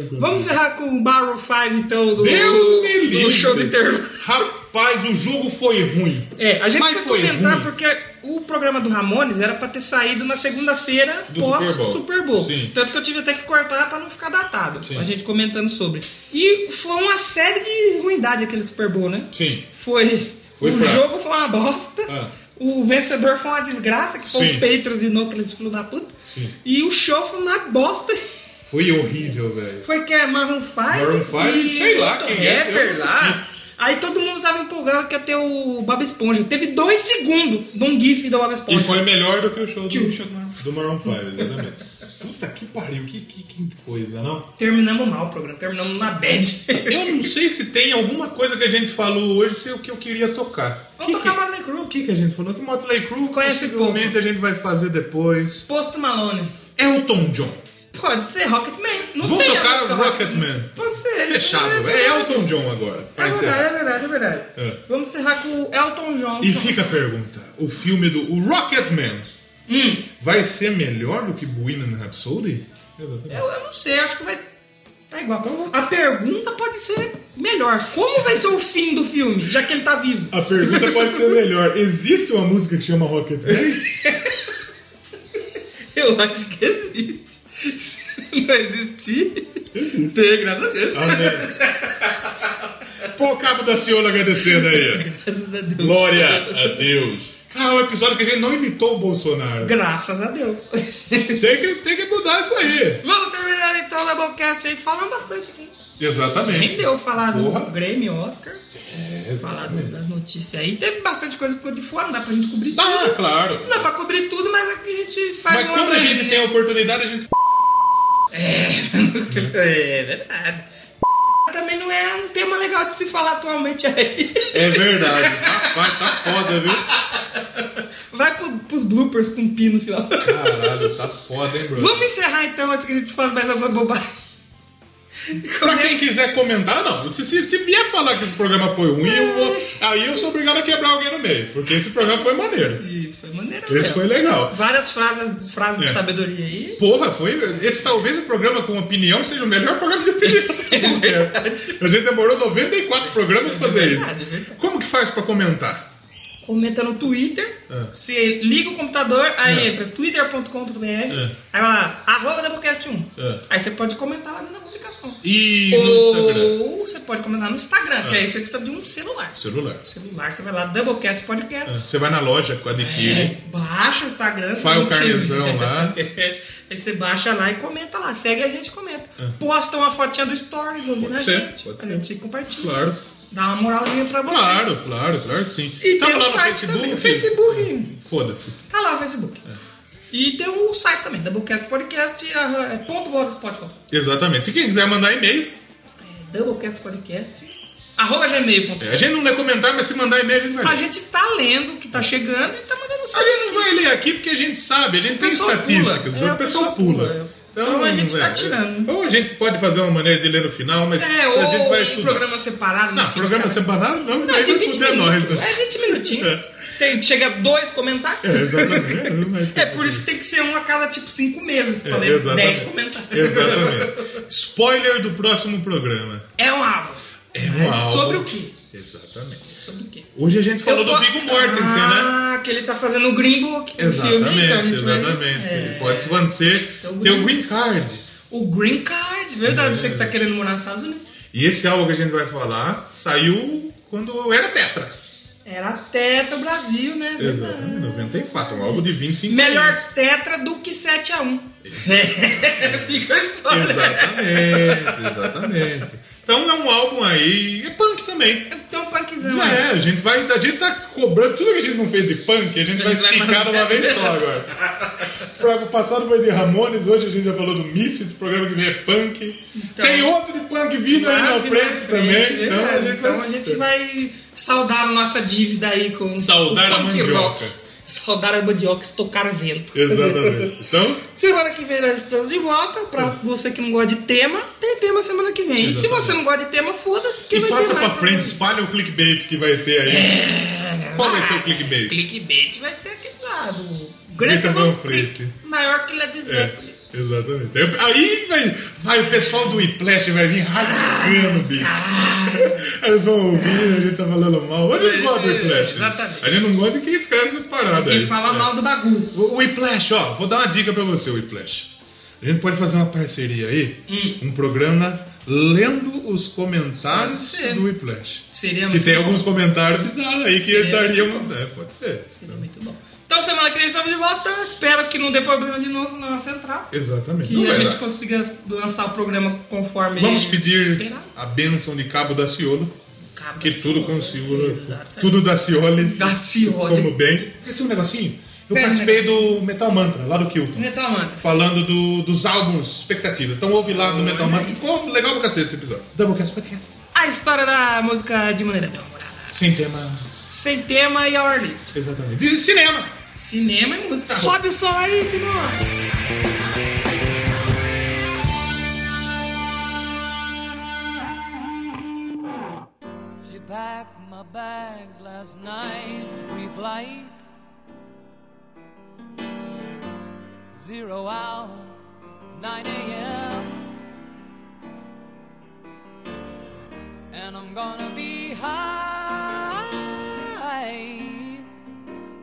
consigo.
Vamos encerrar com o Barrel 5, então, do,
Deus me
do
livre.
show de intervalo.
Rapaz, o jogo foi ruim.
É, a gente
Mas
vai
foi
comentar
ruim.
porque o programa do Ramones era pra ter saído na segunda-feira
Do
pós
Super
Super
Bowl.
Bowl.
Sim.
Tanto que eu tive até que cortar pra não ficar datado.
Sim.
A gente comentando sobre. E foi uma série de ruindade aquele Super Bowl, né?
Sim.
Foi.
Foi
o
fraco.
jogo foi uma bosta.
Ah.
O vencedor foi uma desgraça, que foi
Sim.
o Patriots de novo, aqueles filhos da puta.
Sim.
E o show foi uma bosta.
Foi horrível, velho.
Foi que é Maroon 5.
Maroon five,
e
sei lá
outro
quem é, eu
rapper
não assisti.
lá. Aí todo mundo tava empolgado que ia ter o Bob Esponja. Teve dois segundos de um gif do Bob Esponja.
E foi melhor do que o show do,
Tio, show do Maroon
do Maroon 5, exatamente. Puta que pariu, que, que, que coisa, não?
Terminamos mal o programa, terminamos na bad.
Eu não sei se tem alguma coisa que a gente falou hoje, sei o que eu queria tocar.
Vamos
que,
tocar
que-
Madeleine Crew.
O que, que a gente falou? Que Motley Crue
Conhece
possivelmente a gente vai fazer depois.
Posto Malone.
Elton John.
Pode ser Rocketman. Não
Vamos
tem a
tocar
música
Rocketman.
Pode ser.
Fechado. É Elton John agora. pra
É
encerrar.
verdade, é verdade, é verdade.
É.
Vamos encerrar com o Elton John.
E fica a pergunta. O filme do o Rocketman
Hum.
vai ser melhor do que Bohemian Rhapsody?
Eu, eu não sei, acho que vai. Tá igual. A pergunta pode ser melhor. Como vai ser o fim do filme, já que ele tá vivo?
A pergunta pode ser melhor. Existe uma música que chama Rocketman?
Eu acho que existe. Se não existir, tem, graças a Deus.
Amém. Pô, o cabo da Ciola agradecendo aí.
Graças a
ó.
Deus.
Glória a Deus. Ah, é um episódio que a gente não imitou o Bolsonaro.
Graças a Deus.
Tem que, tem que mudar isso aí.
Vamos terminar então o Doublecast aí. Falando bastante aqui.
Exatamente.
Nem deu falar do
Porra.
Grêmio Oscar.
É,
Falar
exatamente.
do- das notícias aí. Teve bastante coisa que ficou de fora, não dá pra gente cobrir tudo.
Tá, claro.
Não dá pra cobrir tudo, mas aqui a gente faz
Mas
uma
quando a gente
abrangência.
tem a oportunidade, a gente.
É verdade. Também não é um tema legal de se falar atualmente aí.
É verdade. Rapaz, tá foda, viu?
Vai pro, pros bloopers com pi no final.
Caralho, tá foda, hein, bro?
Vamos encerrar então antes que a gente fale mais alguma bobagem.
Pra quem quiser comentar, não. Se, se, se vier falar que esse programa foi ruim, eu vou.
É.
Aí eu sou obrigado a quebrar alguém no meio. Porque esse programa foi maneiro.
Isso, foi maneiro
Esse
mesmo.
foi legal.
Várias frases, frases
É.
de sabedoria aí.
Porra, foi. Esse talvez o programa com opinião seja o melhor programa de opinião do
É
que acontece. A gente demorou 94 programas pra fazer isso.
verdade, é verdade.
Como que faz pra comentar?
Comenta no Twitter.
É.
Você liga o computador, aí
É.
entra twitter.com.br.
É.
Aí vai lá, arroba Doublecast1.
É.
Aí você pode comentar lá na publicação.
E no Instagram? É.
Ou você pode comentar no Instagram, que aí você precisa de um celular.
Celular.
celular, você vai lá, Doublecast Podcast. É,
Você vai na loja, adquire.
Baixa o Instagram, você
É. Faz o
não tira.
carnezão lá.
Aí você baixa lá e comenta lá, segue a gente e comenta. Posta uma fotinha do Stories ouvindo a
ser,
gente.
É. pode
a
ser.
gente compartilha.
Claro.
Dá uma moralzinha pra você.
Claro, claro, claro que sim.
E
Tava
tem o
lá no
site também. O Facebook.
Foda-se.
Tá lá o Facebook.
É.
E tem o site também, Doublecast Podcast, ah, é, ponto blogspot.com.
Exatamente. Se quem quiser mandar e-mail,
É, Doublecast Podcast, arroba gmail.com.
é, a gente não lê comentário, mas se mandar e-mail, a gente vai ler.
A gente tá lendo o que tá chegando e tá mandando o
É. A gente não vai ler aqui porque a gente sabe, a gente tem
pessoa
estatísticas,
pula. É,
a pessoa pula.
Então a gente
é,
tá tirando.
Ou a gente pode fazer uma maneira de ler no final, mas
É,
a gente
ou
vai
um
estudar.
programa separado.
Não,
enfim,
programa
cara.
separado não,
Não,
daí
de
vai
20
fuder nós.
minutos.
Né?
É 20 minutinhos.
É.
Tem, chega dois comentários.
É, exatamente.
É por isso que tem que ser um a cada tipo 5 meses pra
É,
ler
exatamente.
10 comentários.
Exatamente. Spoiler do próximo programa.
É um álbum.
É um álbum.
Sobre o quê?
Exatamente.
Sobre o quê?
Hoje a gente falou
Eu
do
po-
Vigo Mortensen, né?
Ah, que ele tá fazendo o Green Book do filme.
Exatamente,
então a gente vai-
exatamente.
É.
Ele Pode se vencer,
Seu
ter o
green-
green card.
O Green Card, verdade. Você que
É.
tá querendo morar nos Estados Unidos.
E esse álbum que a gente vai falar saiu quando eu era tetra.
Era tetra Brasil, né?
Exatamente, 94, um álbum de 25
Melhor
anos.
tetra do que 7x1.
É.
Fica a história.
Exatamente, exatamente. Então é um álbum aí, é punk também.
Então, punkzão.
Já
né?
é, a gente vai, a gente tá cobrando tudo que a gente não fez de punk, a gente vai
gente vai
explicar
fazer.
uma vez só agora. O programa passado foi de Ramones, hoje a gente já falou do Misfits, o programa que vem é punk.
Então-
Tem outro de punk vindo aí
Lá
na
na
frente é também.
verdade.
Então,
Então a gente vai saudar a nossa dívida aí com
Saudar
com
a
punk
mandioca.
rock. Saudar a mandioca, estocar vento.
Exatamente. Então,
Semana que vem nós estamos de volta. Pra você que não gosta de tema, tem tema semana que vem. E se
É. Exatamente.
você não gosta de tema, foda-se, porque
e
vai
passa
ter mais um.
pra frente, espalha o clickbait que vai ter aí. Qual vai ser o clickbait?
Ah, Clickbait vai ser aquele lá do
Greta
Greta
Van
Van
Fleet.
Fleet, maior que Led
É,
Zeppelin.
exatamente. Aí- Aí vai, vai o pessoal do Whiplash vai vir rasgando, bicho. Eles vão ouvir, a gente tá falando mal. Onde
É,
gente gosta do
é,
Whiplash?
exatamente.
A gente não gosta de quem escreve essas paradas
Quem
aí.
fala
É.
mal do bagulho.
O Whiplash, ó, vou dar uma dica pra você, Whiplash. A gente pode fazer uma parceria aí,
Hum.
um programa lendo os
Pode
comentários
ser.
do Whiplash.
Seria
Que
muito
tem
bom.
alguns comentários bizarros aí que
Seria
daria uma. É, pode ser.
Seria muito bom. Então semana que vem estamos de volta. Espero que não dê problema de novo na central.
Exatamente.
Que
Não
a
vai
gente
dar.
consiga lançar o programa conforme.
Vamos pedir
esperado.
a bênção de Cabo da Ciolo,
Cabo
que
da
tudo
Ciolo.
com Ciolo,
Exatamente.
tudo da Cioli,
Da Ciolo.
como bem. Esse é um negocinho. Eu
Pera,
participei do Metal Mantra, lá do Kilton,
Metal Mantra.
falando do- dos álbuns, expectativas. Então ouve lá no Metal Mantra, ficou legal pra cacete esse episódio. Doublecast Podcast.
A história da música de maneira bem humorada.
Sem tema,
Sem tema e ao ar livre.
exatamente. E cinema!
Cinema e música.
Tá bom.
Sobe o som aí, cinema.
She packed my bags last night, pre flight. zero hour, 9 a.m. And I'm gonna be high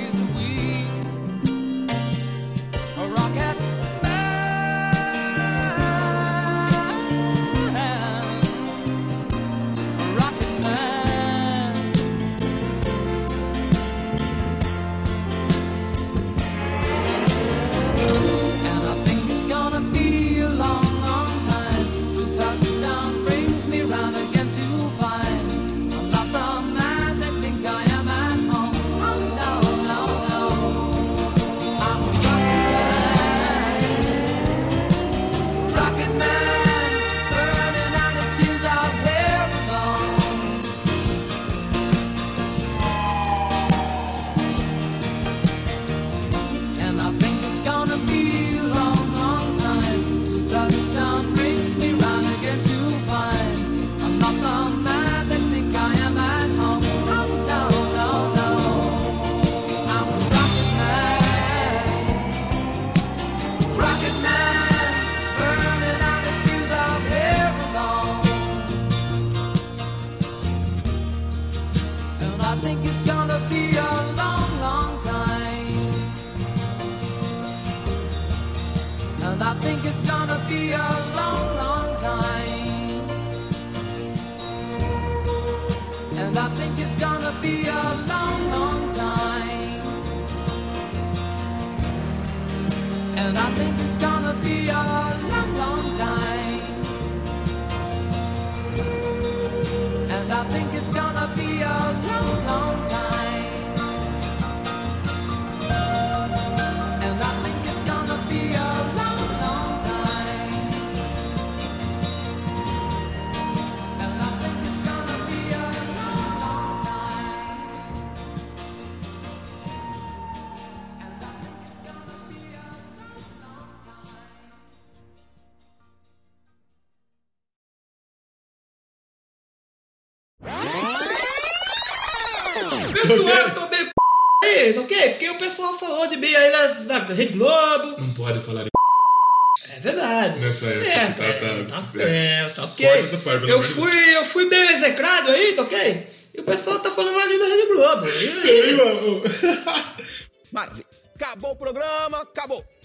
a week. A rocket man, a rocket man. And I think it's gonna be a long, long time till touchdown brings me round again to find I'm not the man they think I am at home. Oh no, no, no. I'm a rocket man, rocket man, burning out his fuse out here alone. And I think it's gonna be a long, long time. till touchdown brings me round again to find I'm not the man they think I am at home. Oh no, no, no. I'm a rocket man, rocket man, burning out his fuse out here alone. And I think it's gonna be a long, long time. And I think it's gonna be a long, long time. And I think it's gonna be a long, long time. And I think it's gonna be a long, long time. And I think it's gonna be a long, long time. And I think it's gonna be a long, long time. And I think it's gonna be a long, long time. And I think it's gonna be a long, long time.
Pessoal, eu tomei c... aí, tá ok? Porque o pessoal falou de mim aí na, na Rede Globo.
Não pode falar
É verdade.
Nessa
Tá
época,
certo,
tá-
é,
tá-
tá certo, ok.
Corta essa parte, pelo
eu,
amor de
fui, eu fui bem execrado aí, tá ok? E o pessoal tá falando ali da
É.
Rede Globo. E-
em.
Maravilha. Acabou o programa, acabou.